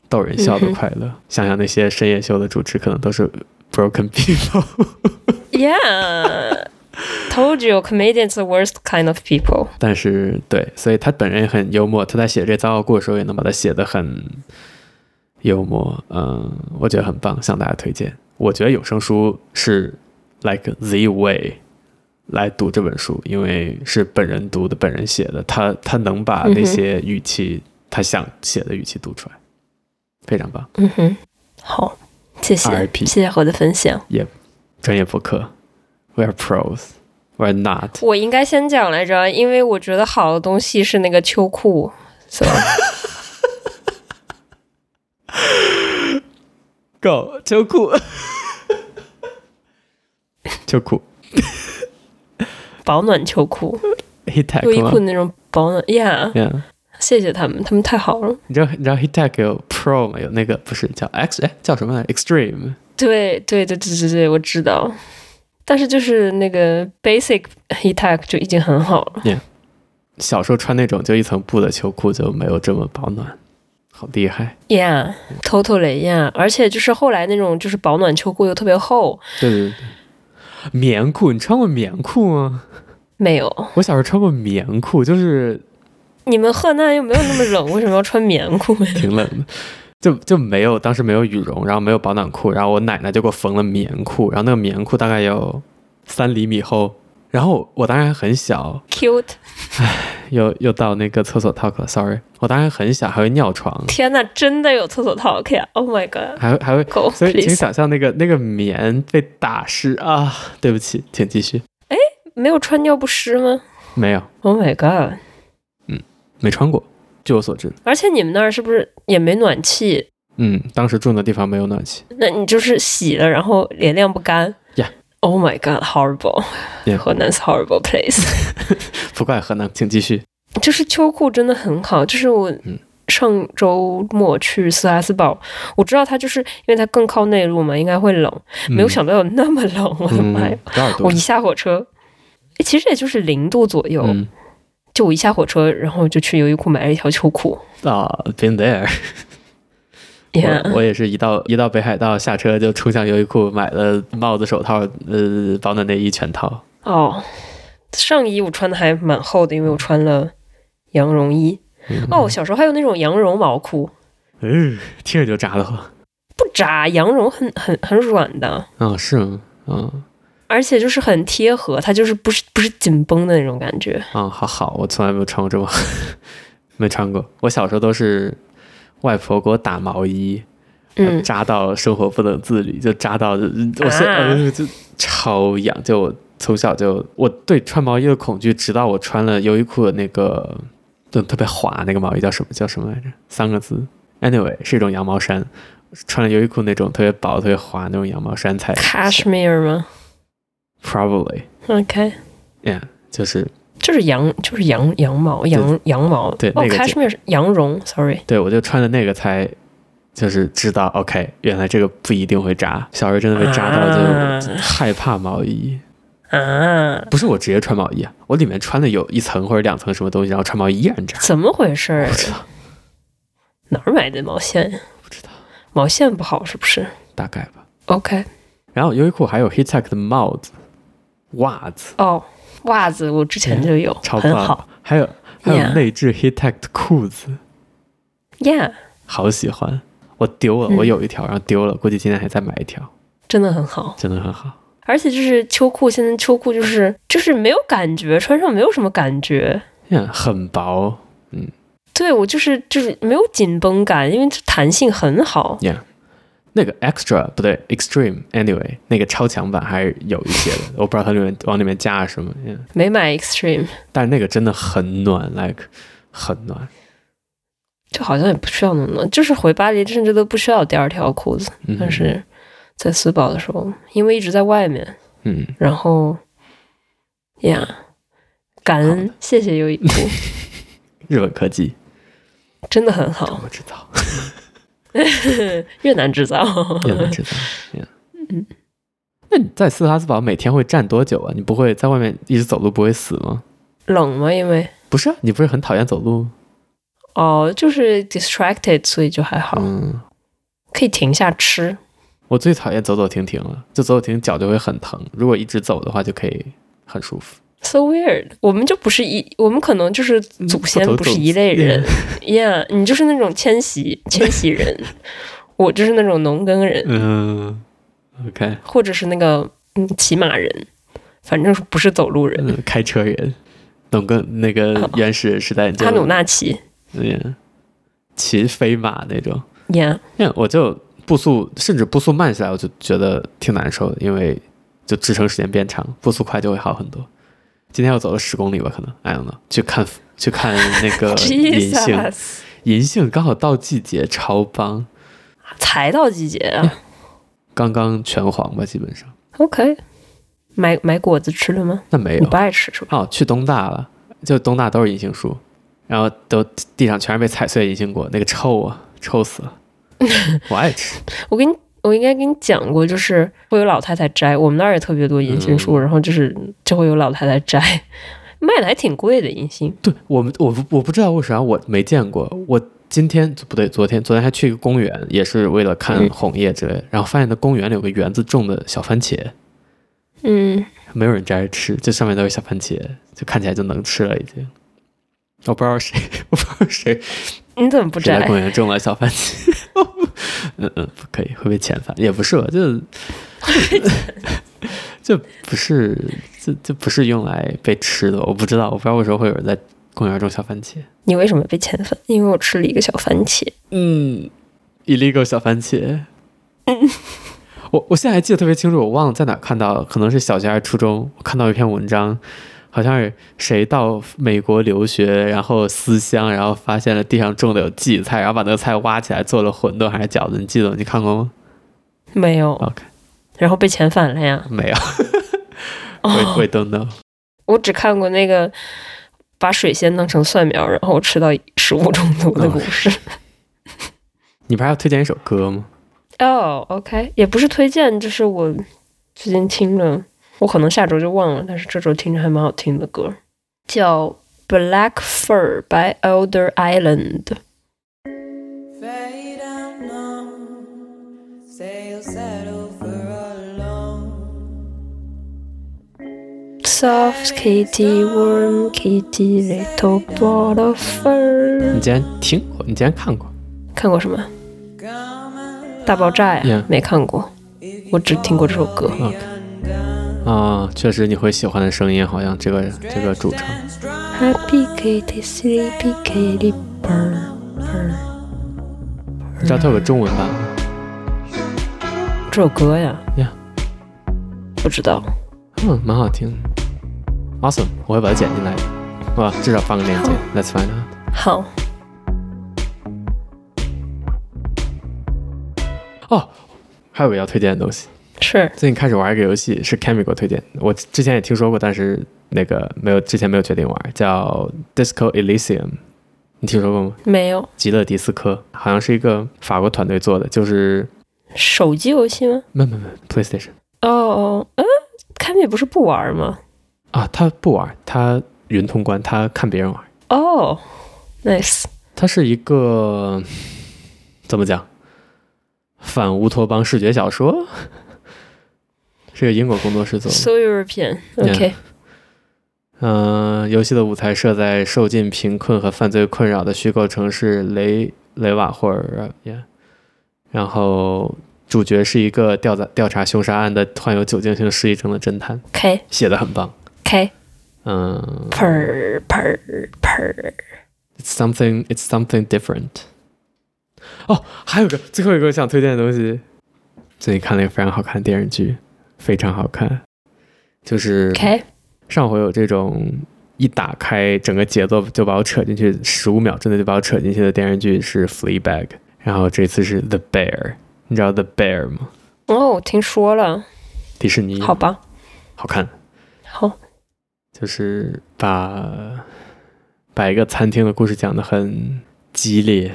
Speaker 1: 逗人笑的
Speaker 2: 嗯哼
Speaker 1: 快乐。想想那些深夜秀的主持，可能都是 broken people。
Speaker 2: Yeah. Told you, comedians are the worst kind of people.
Speaker 1: 但是对，所以他本人也很幽默，他在写这糟糕故事的时候也能把它写得很幽默，嗯，我觉得很棒，向大家推荐。我觉得有声书是 like the way 来读这本书，因为是本人读的，本人写的，他他能把那些语气、他想写的语气读出来，非常棒。
Speaker 2: 嗯哼，好，谢谢
Speaker 1: RIP
Speaker 2: 谢谢和我的分享。
Speaker 1: 专业播客，we are pros, we are not。
Speaker 2: 我应该先讲来着，因为我觉得好的东西是那个秋裤。So,
Speaker 1: Go 秋 裤，秋裤
Speaker 2: 保暖秋裤，
Speaker 1: ，Hit Tech
Speaker 2: 优衣
Speaker 1: 吗
Speaker 2: 库那种保暖，Yeah，
Speaker 1: Yeah，
Speaker 2: 谢谢他们，他们太好了。
Speaker 1: 你知道你知道 HitTech 有 Pro 吗？有那个不是叫 X 哎叫什么来着 Extreme
Speaker 2: 对对对对对对，我知道。但是就是那个 basic heat tech 就已经很好了。
Speaker 1: 小时候穿那种就一层布的秋裤就没有这么保暖，好厉害！
Speaker 2: Yeah, totally yeah。而且就是后来那种就是保暖秋裤又特别厚，
Speaker 1: 对对对，棉裤你穿过棉裤吗？
Speaker 2: 没有。
Speaker 1: 我小时候穿过棉裤，就是
Speaker 2: 你们河南又没有那么冷，为什么要穿棉裤呀？
Speaker 1: 挺冷的， 就就没有当时没有羽绒，然后没有保暖裤，然后我奶奶就给我缝了棉裤，然后那个棉裤大概有三厘米厚，然后我当然还很小，
Speaker 2: cute，
Speaker 1: 又又到那个厕所 talk 了，sorry，我当然很小，还会尿床，
Speaker 2: 天呐，真的有厕所 talk 呀！Oh my god，
Speaker 1: 还会还会，
Speaker 2: 狗
Speaker 1: 所以请
Speaker 2: ，please，
Speaker 1: 想象那个那个棉被打湿啊！对不起，请继续。
Speaker 2: 没有穿尿不湿吗
Speaker 1: 没有，
Speaker 2: ？Oh my god！
Speaker 1: 没穿过，据我所知，
Speaker 2: 而且你们那儿是不是也没暖气？
Speaker 1: 嗯，当时住的地方没有暖气，
Speaker 2: 那你就是洗了，然后也晾不干
Speaker 1: Yeah
Speaker 2: Oh my god, horrible!
Speaker 1: Yeah
Speaker 2: 河南 's horrible place.
Speaker 1: 不怪河南，请继续。
Speaker 2: 就是秋裤真的很好，就是我
Speaker 1: 嗯
Speaker 2: 上周末去斯拉斯堡，我知道它就是因为它更靠内陆嘛，应该会冷，
Speaker 1: 嗯
Speaker 2: 没有想到有那么冷，我
Speaker 1: 到
Speaker 2: 的妈呀！
Speaker 1: 多少度
Speaker 2: 我一？下火车，诶其实也就是零度左右。
Speaker 1: 嗯
Speaker 2: 就我一下火车，然后就去优衣库买了一条秋裤。
Speaker 1: 啊，been there，
Speaker 2: Yeah，
Speaker 1: 我我也是一到一到北海道下车就冲向优衣库买了帽子、手套、呃保暖内衣全套。
Speaker 2: 哦，上衣我穿的还蛮厚的，因为我穿了羊绒衣。
Speaker 1: 嗯
Speaker 2: 哦，我，小时候还有那种羊绒毛裤，
Speaker 1: 嗯，听着就扎得慌。
Speaker 2: 不扎，羊绒很很很软的，
Speaker 1: 哦，是吗？嗯。
Speaker 2: 而且就是很贴合，它就是不是不是紧绷的那种感觉。
Speaker 1: 啊、好好，我从来没有穿过这么，没穿过。我小时候都是外婆给我打毛衣，
Speaker 2: 嗯
Speaker 1: 扎到生活不能自理，就扎到就我现
Speaker 2: 啊
Speaker 1: 呃就超痒，就我从小就我对穿毛衣的恐惧，直到我穿了优衣库的那个就特别滑那个毛衣叫什么叫什么来着？三个字，anyway 是一种羊毛衫，穿了优衣库那种特别薄、特别滑那种羊毛衫才
Speaker 2: ，cashmere 吗
Speaker 1: probably
Speaker 2: ？OK，
Speaker 1: yeah 就是
Speaker 2: 就是羊，就是羊羊毛，羊羊毛。
Speaker 1: 对
Speaker 2: 哦
Speaker 1: 那个就
Speaker 2: ，cashmere 是羊绒，sorry。
Speaker 1: 对，我就穿的那个才就是知道，OK，原来这个不一定会扎。小时候真的被扎到
Speaker 2: 啊
Speaker 1: 就害怕毛衣，
Speaker 2: 啊，
Speaker 1: 不是我直接穿毛衣啊，我里面穿的有一层或者两层什么东西，然后穿毛衣依然扎。
Speaker 2: 怎么回事儿
Speaker 1: 不？知道，
Speaker 2: 哪儿买的毛线呀？
Speaker 1: 不知道，
Speaker 2: 毛线不好是不是
Speaker 1: 大概吧。
Speaker 2: ？OK，
Speaker 1: 然后优衣库还有 Hitek 的帽子、袜子，
Speaker 2: 哦，袜子我之前就有，
Speaker 1: 嗯超
Speaker 2: 很好
Speaker 1: 棒，还有还有
Speaker 2: Yeah
Speaker 1: 内置 Hitek 的裤子，
Speaker 2: ，Yeah，
Speaker 1: 好喜欢。我丢了，
Speaker 2: 嗯
Speaker 1: 我有一条，然后丢了，估计今天还再买一条，
Speaker 2: 真的很好。
Speaker 1: 真的很好。
Speaker 2: 而且就是秋裤，现在秋裤就是就是没有感觉，穿上没有什么感觉。
Speaker 1: 嗯，很薄，
Speaker 2: 对我就是就是没有紧绷感，因为这弹性很好。
Speaker 1: 那个 extra 不对，extreme anyway，那个超强版还是有一些的，我不知道它里面往里面加了什么，yeah，
Speaker 2: 没买 Extreme，
Speaker 1: 但是那个真的很暖，like 很暖，
Speaker 2: 就好像也不需要那么多，就是回巴黎甚至都不需要第二条裤子。
Speaker 1: 嗯，
Speaker 2: 但是在斯堡的时候，因为一直在外面，
Speaker 1: 嗯，
Speaker 2: 然后呀，感
Speaker 1: 好
Speaker 2: 恩谢谢优衣库，
Speaker 1: 日本科技
Speaker 2: 真的很好。
Speaker 1: 我知道，
Speaker 2: 越南制造，
Speaker 1: 也能知道，yeah，那
Speaker 2: 嗯
Speaker 1: 你在斯拉斯堡每天会站多久啊？你不会在外面一直走路不会死吗？
Speaker 2: 冷吗？因为
Speaker 1: 不是啊，你不是很讨厌走路？
Speaker 2: 哦，就是 distracted，所以就还好，
Speaker 1: 嗯，
Speaker 2: 可以停下吃。
Speaker 1: 我最讨厌走走停停了，就走走停停脚就会很疼，如果一直走的话就可以很舒服。
Speaker 2: So weird，我们就不是一，我们可能就是祖先不是一 类人。Yeah，你就是那种迁徙 迁徙人，我就是那种农耕人，
Speaker 1: 嗯，OK，
Speaker 2: 或者是那个嗯骑马人，反正不是走路人。
Speaker 1: 嗯，开车人，懂更那个
Speaker 2: 哦
Speaker 1: 原始时代就
Speaker 2: 哈努纳奇
Speaker 1: 嗯，骑飞马那种。
Speaker 2: ，Yeah，
Speaker 1: 那我就步速，甚至步速慢下来，我就觉得挺难受的，因为就支撑时间变长，步速快就会好很多。今天又走了十公里吧，可能 I don't know，去看去看那 个银杏，
Speaker 2: Jesus，
Speaker 1: 银杏刚好到季节，超棒，
Speaker 2: 才到季节啊。
Speaker 1: 刚刚全黄吧，基本上。
Speaker 2: OK，买买果子吃了吗？
Speaker 1: 那没
Speaker 2: 你
Speaker 1: 有
Speaker 2: 不，爱吃是吧？
Speaker 1: 哦，去东大了，就东大都是银杏树，然后都地上全是被踩碎的银杏果，那个臭啊，臭死了。我爱吃，
Speaker 2: 我跟你，我应该跟你讲过，就是会有老太太摘，我们那儿也特别多银杏树，然后就是就会有老太太摘，卖的还挺贵的银杏。
Speaker 1: 对我们，我不我不知道为啥我没见过。我今天不对，昨天昨天还去一个公园，也是为了看
Speaker 2: 嗯
Speaker 1: 红叶之类的，然后发现那公园里有个园子种的小番茄，
Speaker 2: 嗯，
Speaker 1: 没有人摘着吃，这上面都是小番茄，就看起来就能吃了已经。我不知道谁， 我不知道谁
Speaker 2: 你怎么不
Speaker 1: 谁在
Speaker 2: 摘
Speaker 1: 公？园种了小番茄？ 嗯嗯，不可以，会被遣返，也不是吧， 就这不是这这不是用来被吃的，我不知道，我不知道为什么会有人在公园种小番茄。
Speaker 2: 你为什么被遣返？因为我吃了一个小番茄。
Speaker 1: 嗯，illegal 小番茄。我我现在还记得特别清楚，我忘了在哪看到，可能是小学还是初中，我看到一篇文章，好像是谁到美国留学，然后思乡，然后发现了地上种的有荠菜，然后把那个菜挖起来做了馄饨还是饺子，你记得吗你看过吗
Speaker 2: 没有
Speaker 1: ？OK，
Speaker 2: 然后被遣返了呀。
Speaker 1: 没有
Speaker 2: 哦
Speaker 1: ，we we don't know。
Speaker 2: 我只看过那个把水仙当成蒜苗，然后吃到食物中毒的故事。
Speaker 1: 你不是还要推荐一首歌吗？
Speaker 2: 哦、o k 也不是推荐，就是我最近听了，我可能下周就忘了，但是这周听着还蛮好听的歌，叫《Black Fur》by Elder Island。
Speaker 3: Fade unknown. Say you'll settle for a loan.
Speaker 2: Soft kitty, warm kitty, little ball of
Speaker 1: 你
Speaker 2: fur。
Speaker 1: 竟然听过，你竟然看过，
Speaker 2: 看过什么？
Speaker 3: Come alive
Speaker 2: 大爆炸呀
Speaker 1: Yeah
Speaker 2: 没看过，
Speaker 3: if you
Speaker 2: 我只听过这首歌。
Speaker 1: OK 啊、确实你会喜欢的声音，好像这个这个主唱。
Speaker 3: stand strong.
Speaker 2: Happy kitty, sleepy kitty, purr purr。
Speaker 1: 你知道它有个中文版吗？
Speaker 2: 这首歌呀
Speaker 1: 呀
Speaker 2: 不知道。
Speaker 1: 嗯，蛮好听的。Awesome，我会把它剪进来的，好吧？至少放个链接。Let's find out。
Speaker 2: 好，
Speaker 1: 哦，还有个要推荐的东西，
Speaker 2: 是
Speaker 1: 最近开始玩一个游戏，是 Cammy 给我推荐的，我之前也听说过，但是那个没有之前没有决定玩，叫 Disco Elysium，你听说过吗？
Speaker 2: 没有
Speaker 1: 极乐迪斯科好像是一个法国团队做的，就是
Speaker 2: 手机游戏吗？
Speaker 1: 没没没 PlayStation
Speaker 2: 哦哦，嗯，凯米不是不玩吗？
Speaker 1: 啊，他不玩，他云通关，他看别人玩，
Speaker 2: 哦，nice，
Speaker 1: 它是一个怎么讲反乌托邦视觉小说， 是个英国工作室做的。
Speaker 2: so European，OK，、
Speaker 1: Yeah 嗯、游戏的舞台设在受尽贫困和犯罪困扰的虚构城市雷雷瓦霍尔，yeah. 然后主角是一个调查调查凶杀案的患有酒精性失忆症的侦探，
Speaker 2: 开
Speaker 1: 写的很棒。
Speaker 2: 开
Speaker 1: 嗯、
Speaker 2: 喷儿喷儿喷儿，
Speaker 1: i t s something, it's something different。哦，还有个最后一个我想推荐的东西，最近看了一个非常好看的电视剧，非常好看，就是
Speaker 2: 开
Speaker 1: 上回有这种一打开整个节奏就把我扯进去，十五秒之内就把我扯进去的电视剧是《Fleabag》，然后这次是《The Bear》，你知道《The Bear》吗？
Speaker 2: 哦，我听说了，
Speaker 1: 迪士尼
Speaker 2: 好吧，
Speaker 1: 好看，
Speaker 2: 好，
Speaker 1: 就是把把一个餐厅的故事讲得很激烈。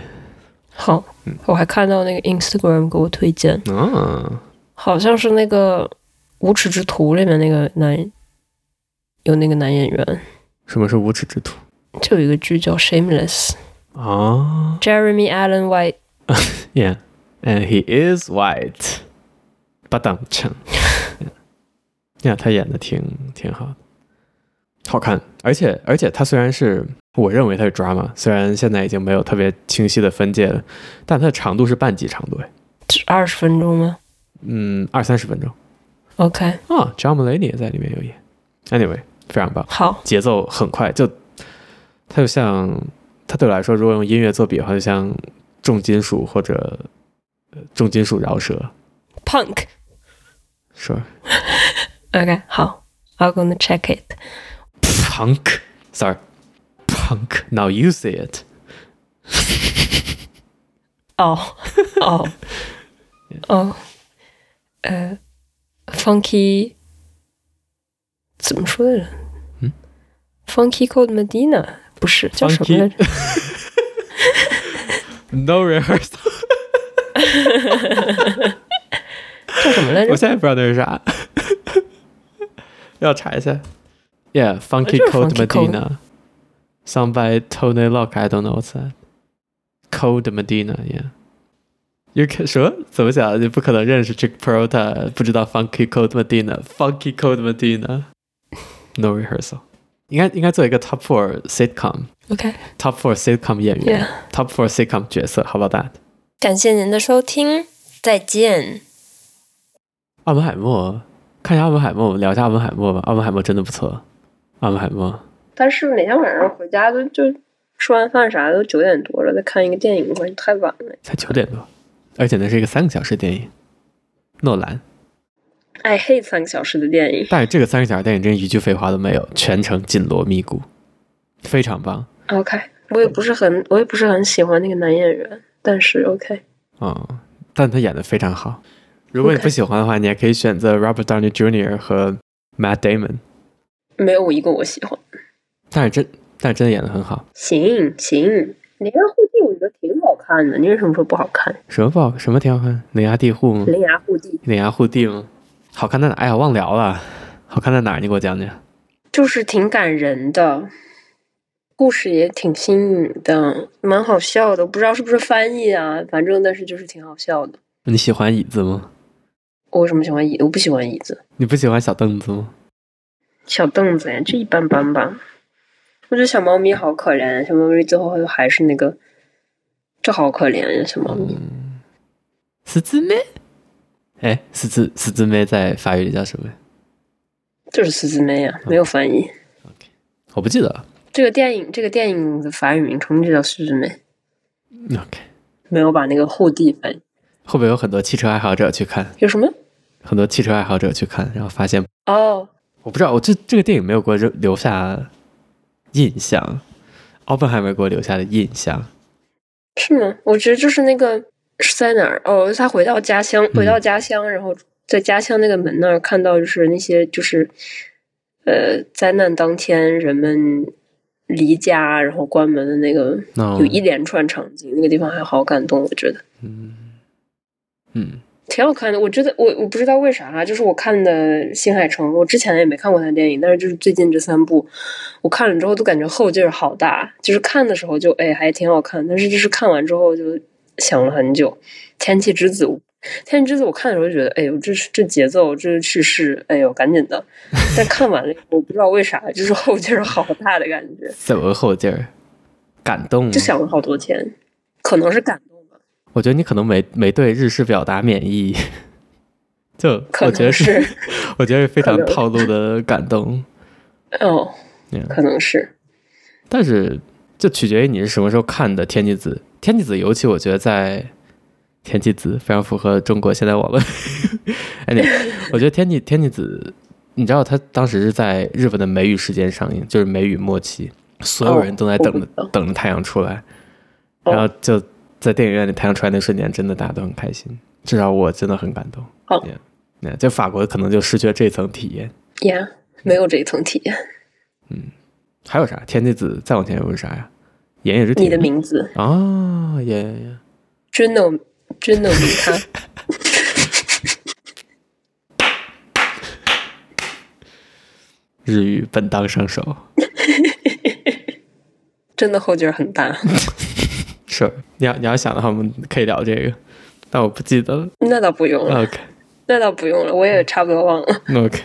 Speaker 2: 好
Speaker 1: 嗯，
Speaker 2: 我还看到那个 Instagram 给我推荐，
Speaker 1: 嗯、
Speaker 2: 好像是那个《无耻之徒》里面那个男，有那个男演员，
Speaker 1: 什么是无耻之徒
Speaker 2: 就有一个剧叫《Shameless》
Speaker 1: 啊
Speaker 2: ，Jeremy Allen White，
Speaker 1: ？Yeah，and he is white，巴当锵。呀，他演的挺挺好的，好看。而且而且，他虽然是我认为他是 drama，虽然现在已经没有特别清晰的分界了，但它的长度是半集长度，哎
Speaker 2: 二十分钟吗
Speaker 1: 嗯，二三十分钟
Speaker 2: ？OK，
Speaker 1: 啊。John Mulaney 也在里面有演。Anyway，非常棒，
Speaker 2: 好，
Speaker 1: 节奏很快，就它就像它对我来说，如果用音乐做比的话，就像重金属或者呃重金属饶舌，
Speaker 2: punk。
Speaker 1: 是吧
Speaker 2: OK，好，I'm gonna check it。
Speaker 1: punk。Sorry, punk. Now you say it.
Speaker 2: 哦哦哦，呃，funky 怎么说来着？
Speaker 1: 嗯
Speaker 2: ，funky Cold Medina 不是叫什么
Speaker 1: Funky
Speaker 2: 来 着
Speaker 1: No rehearsal。
Speaker 2: 叫什么 来
Speaker 1: 我
Speaker 2: 着？
Speaker 1: 现在不知道那是啥， 要查一下。Yeah, funky
Speaker 2: 就是
Speaker 1: cold
Speaker 2: Funky Cold
Speaker 1: Medina, sung by Tony Lock. I don't know what's that. Cold Medina, yeah. You can 什么怎么讲？你不可能认识 Chick Peralta，不知道 Funky Cold Medina, Funky Cold Medina. No rehearsal. 应该应该做一个 Top Four sitcom,
Speaker 2: OK，
Speaker 1: Top Four sitcom 演员
Speaker 2: Yeah
Speaker 1: Top Four sitcom 角色。How about that?
Speaker 2: 感谢您的收听，再见。
Speaker 1: 奥本海默，看一下奥本海默，我们聊一下奥本海默吧。奥本海默真的不错，奥本海默。
Speaker 2: 但是每天晚上回家都就吃完饭啥都九点多了，再看一个电影，感觉太晚了。
Speaker 1: 才九点多，而且那是一个三个小时电影，诺兰。
Speaker 2: I hate 三个小时的电影。
Speaker 1: 但是这个三个小时电影真一句废话都没有，全程紧锣密鼓，非常棒
Speaker 2: OK，我也不是很，我也不是很喜欢那个男演员，但是 OK，
Speaker 1: 啊、嗯！但他演的非常好。如果你
Speaker 2: OK
Speaker 1: 不喜欢的话，你也可以选择 Robert Downey Jr. 和 Matt Damon，
Speaker 2: 没有一个我喜欢。
Speaker 1: 但是真但是真的演的很好。
Speaker 2: 行行，《铃芽护地》我觉得挺好看的，你为什么说不好看？
Speaker 1: 什么不好？什么挺好看？铃芽地户吗
Speaker 2: 《？铃芽护地》
Speaker 1: 铃芽护地吗？好看在哪？哎呀，忘聊了。好看在哪儿？你给我讲讲。
Speaker 2: 就是挺感人的，故事也挺新颖的，蛮好笑的。我不知道是不是翻译啊，反正但是就是挺好笑的。
Speaker 1: 你喜欢椅子吗？
Speaker 2: 我为什么喜欢椅？我不喜欢椅子，
Speaker 1: 你不喜欢小凳子吗？
Speaker 2: 小凳子呀，这一般般吧。我觉得小猫咪好可怜，小猫咪最后还是那个，这好可怜呀，小猫咪。
Speaker 1: 嗯，十字妹，哎，十字十字妹在法语里叫什么呀？
Speaker 2: 就是四姊妹啊，没有翻译。
Speaker 1: 我不记得了。
Speaker 2: 这个电影，这个电影的法语名称就叫四姊妹，
Speaker 1: OK，
Speaker 2: 没有把那个护地翻译。
Speaker 1: 会不会有很多汽车爱好者去看？
Speaker 2: 有什么？
Speaker 1: 很多汽车爱好者去看，然后发现
Speaker 2: 哦，
Speaker 1: 我不知道，我这这个电影没有给我留留下印象，奥本海默给我留下的印象，
Speaker 2: 是吗？我觉得就是那个是在哪儿？哦，他回到家乡，回到家乡，然后在家乡那个门那儿看到，就是那些就是呃灾难当天人们离家然后关门的那个，
Speaker 1: 哦
Speaker 2: 有一连串场景，那个地方还好感动，我觉得。
Speaker 1: 嗯，
Speaker 2: 挺好看的，我觉得我我不知道为啥，啊就是我看的《新海诚》，我之前也没看过他的电影，但是就是最近这三部，我看了之后都感觉后劲儿好大，就是看的时候就哎还挺好看，但是就是看完之后就想了很久，《天气之子》。《天气之子》我看的时候就觉得，哎呦，这这节奏，这叙事，哎呦，赶紧的！但看完了，我不知道为啥，就是后劲儿好大的感觉，
Speaker 1: 怎么后劲儿？感动吗？
Speaker 2: 就想了好多天，可能是感动吧，
Speaker 1: 我觉得你可能没没对日式表达免疫， 就
Speaker 2: 可
Speaker 1: 我觉
Speaker 2: 能
Speaker 1: 得
Speaker 2: 是，
Speaker 1: 我觉得是非常
Speaker 2: 可能
Speaker 1: 套路的感动。
Speaker 2: 哦，
Speaker 1: Yeah
Speaker 2: 可能是，
Speaker 1: 但是就取决于你是什么时候看的《天气子》。《天气子》尤其我觉得在《天气子》非常符合中国现在网络。哎，我觉得《天气天气子》，你知道他当时是在日本的梅雨时间上映，就是梅雨末期，所有
Speaker 2: 哦
Speaker 1: 人都在
Speaker 2: 我
Speaker 1: 等
Speaker 2: 不
Speaker 1: 着、
Speaker 2: 知道
Speaker 1: 等着太阳出来，
Speaker 2: 哦
Speaker 1: 然后就在电影院里太阳出来那瞬间，真的大家都很开心，至少我真的很感动。
Speaker 2: 哦
Speaker 1: Yeah，yeah，在法国可能就失去了这层体验。
Speaker 2: 呀、没有这一层体验。
Speaker 1: 还有啥？天气子再往前有啥呀？言也是
Speaker 2: 你的
Speaker 1: 挺
Speaker 2: 名字
Speaker 1: 啊，也也也，
Speaker 2: Juno Juno 米卡，
Speaker 1: 日语本当上手，
Speaker 2: 真的后劲儿很大。
Speaker 1: 是你要你要想的话，我们可以聊这个，但我不记得了。
Speaker 2: 那倒不用了，
Speaker 1: OK
Speaker 2: 那倒不用了，我也差不多忘了。
Speaker 1: OK，